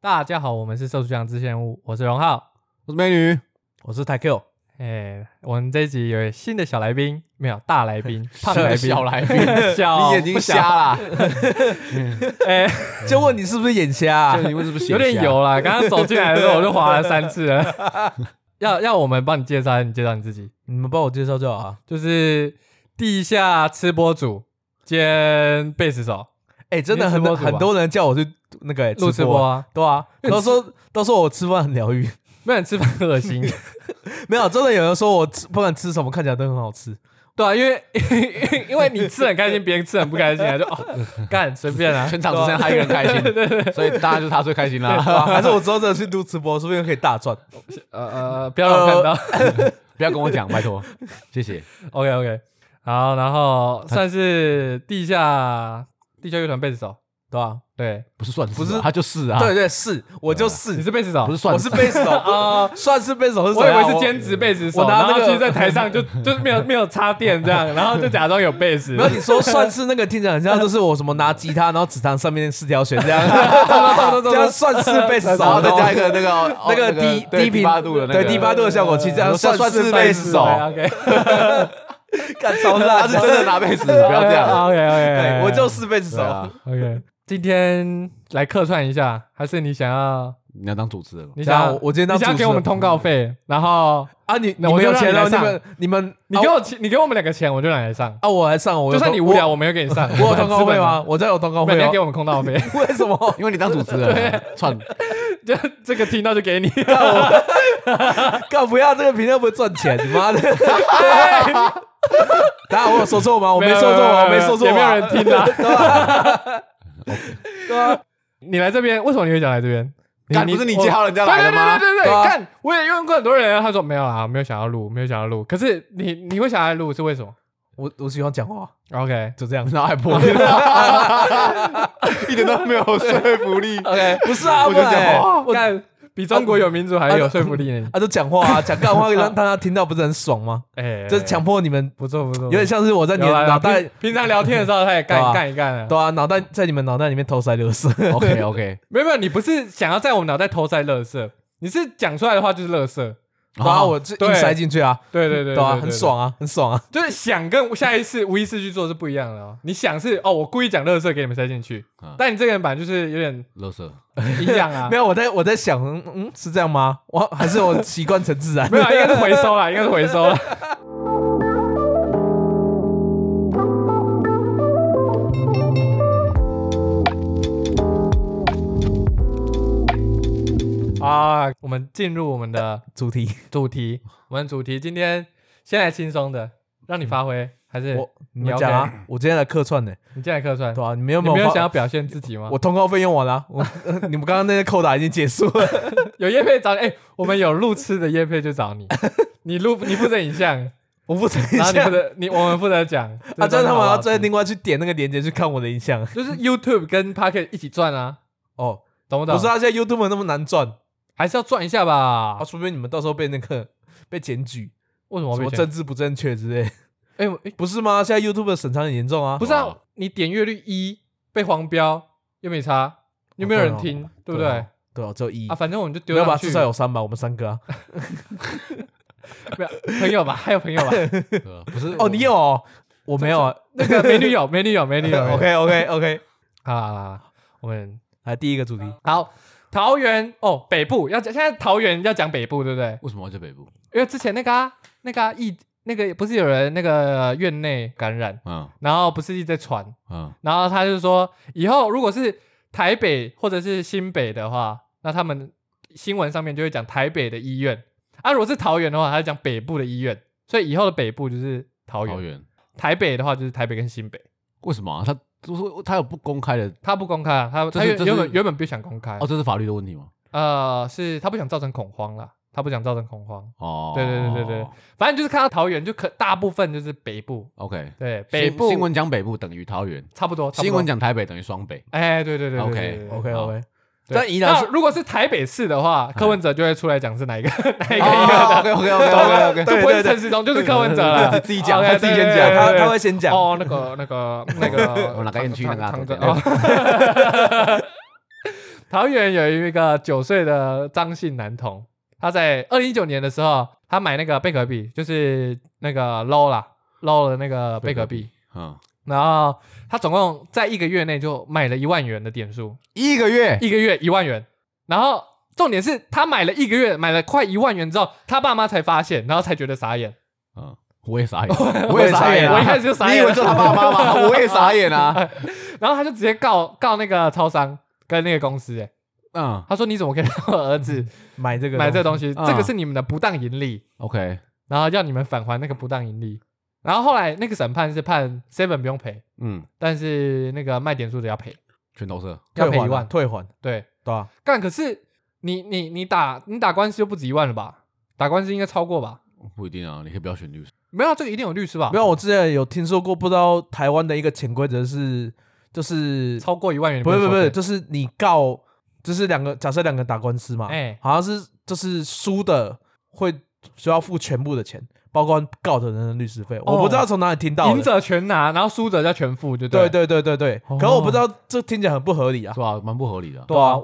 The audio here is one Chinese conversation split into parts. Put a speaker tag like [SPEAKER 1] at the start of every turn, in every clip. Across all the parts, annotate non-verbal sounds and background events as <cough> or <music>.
[SPEAKER 1] 大家好，我们是社畜讲支线物，我是荣浩，
[SPEAKER 2] 我是美女，
[SPEAKER 3] 我是台 Q，
[SPEAKER 1] 哎、我们这一集有新的小来宾，没有大来 <laughs> 宾，胖来宾，
[SPEAKER 2] 小来宾
[SPEAKER 1] 小
[SPEAKER 3] 哦
[SPEAKER 2] 你眼睛瞎啦？
[SPEAKER 1] <laughs> 哎、
[SPEAKER 3] <laughs> 就问你是不是眼瞎、啊
[SPEAKER 2] 这个你为什么写瞎
[SPEAKER 1] 有点油啦。刚刚走进来的时候我就划了三次了。 <laughs> 要要我们帮你介绍，你介绍你自己，
[SPEAKER 3] 你们帮我介绍就好啊。
[SPEAKER 1] 就是地下吃播主兼贝斯手，
[SPEAKER 3] 哎、真的很
[SPEAKER 1] 你是吃播
[SPEAKER 3] 多
[SPEAKER 1] 主吧
[SPEAKER 3] 很多人叫我去那个、欸、
[SPEAKER 1] 录
[SPEAKER 3] 吃
[SPEAKER 1] 吃播
[SPEAKER 3] 播啊，
[SPEAKER 1] 啊，
[SPEAKER 3] 对啊，都说都说我吃饭很疗愈， <laughs>
[SPEAKER 1] 没有人吃饭很恶 <laughs> 心，
[SPEAKER 3] 没有，真的有人说我吃不管吃什么看起来都很好吃，
[SPEAKER 1] 对啊，因为 <laughs> 因为你吃很开心，别人吃很不开心啊，就哦干随便啊，
[SPEAKER 2] 全场只剩下他一个人开心，所以当然就是他最开心
[SPEAKER 3] 对 <laughs>
[SPEAKER 2] 啦。
[SPEAKER 3] 啊？还是我之后真的去录吃播，说不定可以大赚。
[SPEAKER 1] <laughs> 呃呃，不要让我看到。
[SPEAKER 2] 不要跟我讲，拜托，谢谢。
[SPEAKER 1] OK OK，好，然后算是地下地下乐团贝斯手，
[SPEAKER 3] 对啊，
[SPEAKER 1] 对，
[SPEAKER 2] 不是算
[SPEAKER 3] 不
[SPEAKER 2] 不
[SPEAKER 3] 是
[SPEAKER 2] 他就是啊，
[SPEAKER 3] 对对是，我就
[SPEAKER 1] 你
[SPEAKER 3] 是，
[SPEAKER 1] 是贝斯手，
[SPEAKER 2] 不是算
[SPEAKER 3] 我是贝斯 <laughs> 手
[SPEAKER 1] 啊
[SPEAKER 3] 算是贝斯手是啊
[SPEAKER 1] 我
[SPEAKER 3] 怎
[SPEAKER 1] 以
[SPEAKER 3] 样？
[SPEAKER 1] 为是兼职贝斯手，
[SPEAKER 3] 我拿
[SPEAKER 1] 然后
[SPEAKER 3] 那个
[SPEAKER 1] 其实在台上就就是没有没有插电这样，然后就假装有贝斯，
[SPEAKER 3] 没有，你说算是那个听起来很像，就是我什么拿吉他，然后指弹上面四条弦这样，这样算是贝斯手，
[SPEAKER 2] 然后再加一
[SPEAKER 3] 个
[SPEAKER 2] 个那个哦
[SPEAKER 3] 那个低
[SPEAKER 2] 对
[SPEAKER 3] 低频
[SPEAKER 2] 八度的那个，
[SPEAKER 3] 对低八度的效果器，这样
[SPEAKER 2] 算
[SPEAKER 3] 算是
[SPEAKER 2] 是
[SPEAKER 3] 贝
[SPEAKER 2] 贝
[SPEAKER 3] 斯
[SPEAKER 2] 斯
[SPEAKER 3] 手
[SPEAKER 2] 手，
[SPEAKER 1] OK
[SPEAKER 3] 干超
[SPEAKER 2] <laughs> 他
[SPEAKER 3] 烂
[SPEAKER 2] 是真的拿贝斯，不
[SPEAKER 1] 啊
[SPEAKER 2] 要这样。
[SPEAKER 1] OK OK，
[SPEAKER 3] 对，我就是贝斯手。
[SPEAKER 2] 对啊，
[SPEAKER 1] OK。今天来客串一下，还是你想要？
[SPEAKER 2] 你要当主持人吗？
[SPEAKER 1] 你
[SPEAKER 3] 等一
[SPEAKER 1] 想
[SPEAKER 3] 下
[SPEAKER 1] 要
[SPEAKER 3] 我我今天当
[SPEAKER 1] 你想要
[SPEAKER 3] 主持
[SPEAKER 1] 给
[SPEAKER 3] 人
[SPEAKER 1] 我们通告费，然后
[SPEAKER 3] 啊，你
[SPEAKER 1] 那
[SPEAKER 3] 你
[SPEAKER 1] 我
[SPEAKER 3] 们
[SPEAKER 1] 就
[SPEAKER 3] 有
[SPEAKER 1] 让
[SPEAKER 3] 钱
[SPEAKER 1] 你来
[SPEAKER 3] 了，你
[SPEAKER 1] 上
[SPEAKER 3] 们你们
[SPEAKER 1] 你给我钱，你给我们两个钱，我就来上。
[SPEAKER 3] 啊，我还上，我有
[SPEAKER 1] 就算
[SPEAKER 3] 通
[SPEAKER 1] 你无聊，，我们也给你上。
[SPEAKER 3] 我我有通告
[SPEAKER 1] 资本
[SPEAKER 3] 费吗？？我这有通告
[SPEAKER 1] 每
[SPEAKER 3] 费
[SPEAKER 1] 天
[SPEAKER 3] 哦
[SPEAKER 1] 给。我们通告
[SPEAKER 3] <laughs>
[SPEAKER 1] 费，
[SPEAKER 3] 为什么？
[SPEAKER 2] 因为你当主持人，串
[SPEAKER 1] 就这个听到就给你。
[SPEAKER 3] 干不要这个频道不会赚钱，你妈的！当然我有说错 <laughs> 吗？我没说错吗？我没说错啊
[SPEAKER 1] 也
[SPEAKER 3] 吗？
[SPEAKER 1] 没有人听啦。
[SPEAKER 3] 对吧？对啊，
[SPEAKER 1] 你来这边，为什么你会想来这边？
[SPEAKER 2] 干不是你介绍人家
[SPEAKER 1] 我
[SPEAKER 2] 来的吗
[SPEAKER 1] 对对对对
[SPEAKER 3] 对
[SPEAKER 1] 对，
[SPEAKER 3] 啊
[SPEAKER 1] 看我也问过很多人啊，他说没有啊，没有想要录，没有想要录。可是你你会想要录是为什么
[SPEAKER 3] 我我喜欢讲话。
[SPEAKER 1] ？OK，
[SPEAKER 3] 就这样。
[SPEAKER 2] 然后还破，一点都没有说服力。
[SPEAKER 3] OK，不是啊，
[SPEAKER 2] 我就
[SPEAKER 3] 不然
[SPEAKER 2] 讲话
[SPEAKER 3] 我
[SPEAKER 1] 看比中国有民主还有说服力呢。
[SPEAKER 3] 啊，就讲话啊，讲干话让让他听到不是很爽吗？
[SPEAKER 1] 哎，
[SPEAKER 3] 就是强迫你们，
[SPEAKER 1] 不错不错，
[SPEAKER 3] 有点像是我在你
[SPEAKER 1] 有
[SPEAKER 3] 的
[SPEAKER 1] 啦有啦
[SPEAKER 3] 脑袋
[SPEAKER 1] 平，平常聊天的时候他也
[SPEAKER 3] 对
[SPEAKER 1] 干
[SPEAKER 3] 啊
[SPEAKER 1] 干一干了。
[SPEAKER 3] 对啊，脑袋在你们脑袋里面偷塞流失。
[SPEAKER 1] 哦
[SPEAKER 2] OK OK，
[SPEAKER 1] 没有没有，你不是想要在我们脑袋偷塞垃圾，你是讲出来的话就是垃圾。
[SPEAKER 3] 然后啊我就
[SPEAKER 1] 对
[SPEAKER 3] 硬塞进去啊，
[SPEAKER 1] 对哦对对，
[SPEAKER 3] 对啊，很，爽啊，很爽啊。
[SPEAKER 1] 就是想跟下一次无意识去做是不一样的哦。你想是哦，我故意讲垃圾给你们塞进去
[SPEAKER 3] 啊
[SPEAKER 2] 嗯，
[SPEAKER 1] 但你这个人本来就是有
[SPEAKER 3] <laughs>
[SPEAKER 1] 点
[SPEAKER 2] 乐色，
[SPEAKER 1] 一样啊
[SPEAKER 3] 没。有，我在我在想，嗯嗯，是这样吗？我还是我习惯成自然。
[SPEAKER 1] 没有啊，应该是回收啦，应该是回收
[SPEAKER 3] <laughs>
[SPEAKER 1] 啦。啊，我们进入我们的
[SPEAKER 3] 主题，
[SPEAKER 1] 主题，我们主题今天先来轻松的，让你发挥，还是
[SPEAKER 3] 我你
[SPEAKER 1] 你
[SPEAKER 3] 们
[SPEAKER 1] OK？
[SPEAKER 3] 讲啊，我今天来客串呢，
[SPEAKER 1] 你进来客串
[SPEAKER 3] 对？啊，你们有
[SPEAKER 1] 你没有
[SPEAKER 3] 有
[SPEAKER 1] 想要
[SPEAKER 3] 发？
[SPEAKER 1] 表现自己吗？
[SPEAKER 3] 我通告费用完了，我呃你们刚刚那些扣打已经结束了，
[SPEAKER 1] 有叶配找你，哎、我们有路痴的叶配就找你，你录你负责影
[SPEAKER 3] <laughs>
[SPEAKER 1] 像，
[SPEAKER 3] 我不承
[SPEAKER 1] 然后你负
[SPEAKER 3] 认。
[SPEAKER 1] 责你我们负责讲，
[SPEAKER 3] 啊，
[SPEAKER 1] 这
[SPEAKER 3] 真
[SPEAKER 1] 个
[SPEAKER 3] 的
[SPEAKER 1] 好不
[SPEAKER 3] 吗？
[SPEAKER 1] 好
[SPEAKER 3] 要再另外去点那个链接去看我的影像
[SPEAKER 1] 就是 YouTube 跟 Pocket 一起赚啊，
[SPEAKER 3] 哦。
[SPEAKER 1] 懂不懂？
[SPEAKER 3] 不是啊，现在 YouTube 那么难赚
[SPEAKER 1] 还是要赚一下吧
[SPEAKER 3] 啊，？除非你们到时候被那个被检举，
[SPEAKER 1] 为什么
[SPEAKER 3] 什
[SPEAKER 1] 被
[SPEAKER 3] 么
[SPEAKER 1] 钱？
[SPEAKER 3] 政治不正确之类，
[SPEAKER 1] 哎、我哎
[SPEAKER 3] 不是吗？现在 YouTube 的审查很严重啊
[SPEAKER 1] 不，是啊
[SPEAKER 2] 哇，
[SPEAKER 1] 你点阅率一被黄标又没差，又没有人听，对不对？
[SPEAKER 3] 啊？哦对哦，只有一
[SPEAKER 1] 啊，，反正我们就
[SPEAKER 3] 没
[SPEAKER 1] 丢
[SPEAKER 3] 有吧？
[SPEAKER 1] 上去
[SPEAKER 3] 至，少有三吧，我们三个啊。
[SPEAKER 1] 没有朋友吧，还有朋
[SPEAKER 3] <laughs>
[SPEAKER 1] 友吧，
[SPEAKER 2] 啊不是
[SPEAKER 3] 哦，你有哦，我没有啊。
[SPEAKER 1] 那个美女友，美女友，美女友
[SPEAKER 3] <laughs> OK
[SPEAKER 1] <laughs>
[SPEAKER 3] OK OK，
[SPEAKER 1] 啊，我们
[SPEAKER 3] 来第一个主题，
[SPEAKER 1] 好，桃园哦，北部要讲，现在桃园要讲北部，对不对？
[SPEAKER 2] 为什么要去北部？
[SPEAKER 1] 因为之前那个啊，那个啊疫，那个不是有人那个院内感染，
[SPEAKER 2] 嗯
[SPEAKER 1] 然后不是一直在传，
[SPEAKER 2] 嗯，
[SPEAKER 1] 然后他就说以后如果是台北或者是新北的话，那他们新闻上面就会讲台北的医院啊，如果是桃园的话，他就讲北部的医院，所以以后的北部就是桃园，
[SPEAKER 2] 桃园
[SPEAKER 1] 台北的话就是台北跟新北。
[SPEAKER 2] 为什么啊、他就是他有不公开的
[SPEAKER 1] 他不公开啊，他他
[SPEAKER 2] 这是
[SPEAKER 1] 原
[SPEAKER 2] 这是
[SPEAKER 1] 原本原本不想公开
[SPEAKER 2] 哦，，这是法律的问题吗？
[SPEAKER 1] 呃，是他不想造成恐慌啦，他不想造成恐慌。
[SPEAKER 2] 哦，
[SPEAKER 1] 对对对对对反正就是看到桃园，就可大部分就是北部，
[SPEAKER 2] ，OK。
[SPEAKER 1] 对北
[SPEAKER 2] 新
[SPEAKER 1] 部
[SPEAKER 2] 新闻讲北部等于桃园，
[SPEAKER 1] 差不多，差不多
[SPEAKER 2] 新闻，讲台北等于双北。
[SPEAKER 1] 哎，对对对对
[SPEAKER 2] OK，
[SPEAKER 1] 对对对
[SPEAKER 3] OK
[SPEAKER 2] 好
[SPEAKER 3] OK，
[SPEAKER 1] 对
[SPEAKER 3] 但宜兰是
[SPEAKER 1] 那如果是台北市的话，柯文哲就会出来讲是哪一个哪一个医院的，
[SPEAKER 2] OK OK OK OK
[SPEAKER 1] 就
[SPEAKER 3] 对
[SPEAKER 1] 不会
[SPEAKER 3] 对
[SPEAKER 1] 是
[SPEAKER 3] 对
[SPEAKER 1] 陈时中，就是柯文哲
[SPEAKER 3] 啊
[SPEAKER 1] 了，
[SPEAKER 2] 自己讲
[SPEAKER 1] OK，
[SPEAKER 2] 他自己
[SPEAKER 1] 对
[SPEAKER 2] 先
[SPEAKER 1] 对
[SPEAKER 2] 讲
[SPEAKER 1] 对
[SPEAKER 3] 他
[SPEAKER 1] 对
[SPEAKER 3] 他会先讲，
[SPEAKER 1] 哦，那个那个那个
[SPEAKER 2] 哪个院区
[SPEAKER 1] 唐
[SPEAKER 2] 哪个
[SPEAKER 1] 唐
[SPEAKER 2] 啊
[SPEAKER 1] 唐
[SPEAKER 2] 对
[SPEAKER 1] 哦桃园有一个九岁的张姓男童，他在二零一九年的时候，他买那个贝壳币，就是那个 low 啦，low 的那个贝壳币，
[SPEAKER 2] 嗯，
[SPEAKER 1] 然后他总共在一个月内就买了一万元的点数，
[SPEAKER 2] 一个月
[SPEAKER 1] 一个月一万元，然后重点是他买了一个月，买了快一万元之后，他爸妈才发现，然后才觉得傻眼，
[SPEAKER 2] 嗯，我也傻眼，
[SPEAKER 3] 我也傻眼啊
[SPEAKER 1] 我一开始就傻
[SPEAKER 2] 你以
[SPEAKER 1] 眼
[SPEAKER 2] 为
[SPEAKER 1] 了
[SPEAKER 2] 是，他爸妈吗？我也傻眼啊！
[SPEAKER 1] 然后他就直接告告那个超商跟那个公司、欸，
[SPEAKER 2] 嗯
[SPEAKER 1] 他说你怎么可以让我儿子
[SPEAKER 3] 买嗯这个
[SPEAKER 1] 买这
[SPEAKER 3] 东
[SPEAKER 1] 东西？
[SPEAKER 2] 嗯
[SPEAKER 1] 这个是你们的不当盈利。
[SPEAKER 2] ，OK，
[SPEAKER 1] 然后要你们返还那个不当盈利。然后后来那个审判是判 Seven 不用赔，
[SPEAKER 2] 嗯，
[SPEAKER 1] 但是那个卖点数的要赔。
[SPEAKER 2] 全投射，
[SPEAKER 3] 西退
[SPEAKER 1] 要赔
[SPEAKER 3] 还
[SPEAKER 1] 一
[SPEAKER 3] 啊
[SPEAKER 1] 万
[SPEAKER 3] 退还，
[SPEAKER 1] 对，
[SPEAKER 3] 对吧？
[SPEAKER 1] 干可是你你你打你打官司就不止一万了吧？打官司应该超过吧？
[SPEAKER 2] 不一定啊，你可以不要选律师。
[SPEAKER 1] 没有，这个一定有律师吧？
[SPEAKER 3] 没有，我之前有听说过，不知道台湾的一个潜规则是，就是
[SPEAKER 1] 超过一万元你
[SPEAKER 3] 不是不
[SPEAKER 1] 能收
[SPEAKER 3] 是不
[SPEAKER 1] 费
[SPEAKER 3] 是，就是你告，就是两个假设两个人打官司嘛，
[SPEAKER 1] 哎
[SPEAKER 3] 好像是就是输的会需要付全部的钱，包括告的人的律师费。我不知道从哪里听到
[SPEAKER 1] 赢
[SPEAKER 3] 的，
[SPEAKER 1] 者全拿，然后输者叫全付，对不
[SPEAKER 3] 对
[SPEAKER 1] 对
[SPEAKER 3] 对对对对，
[SPEAKER 1] 哦
[SPEAKER 3] 可我不知道这听起来很不合理啊
[SPEAKER 2] 是。吧？蛮不合理的啊。
[SPEAKER 1] 对啊。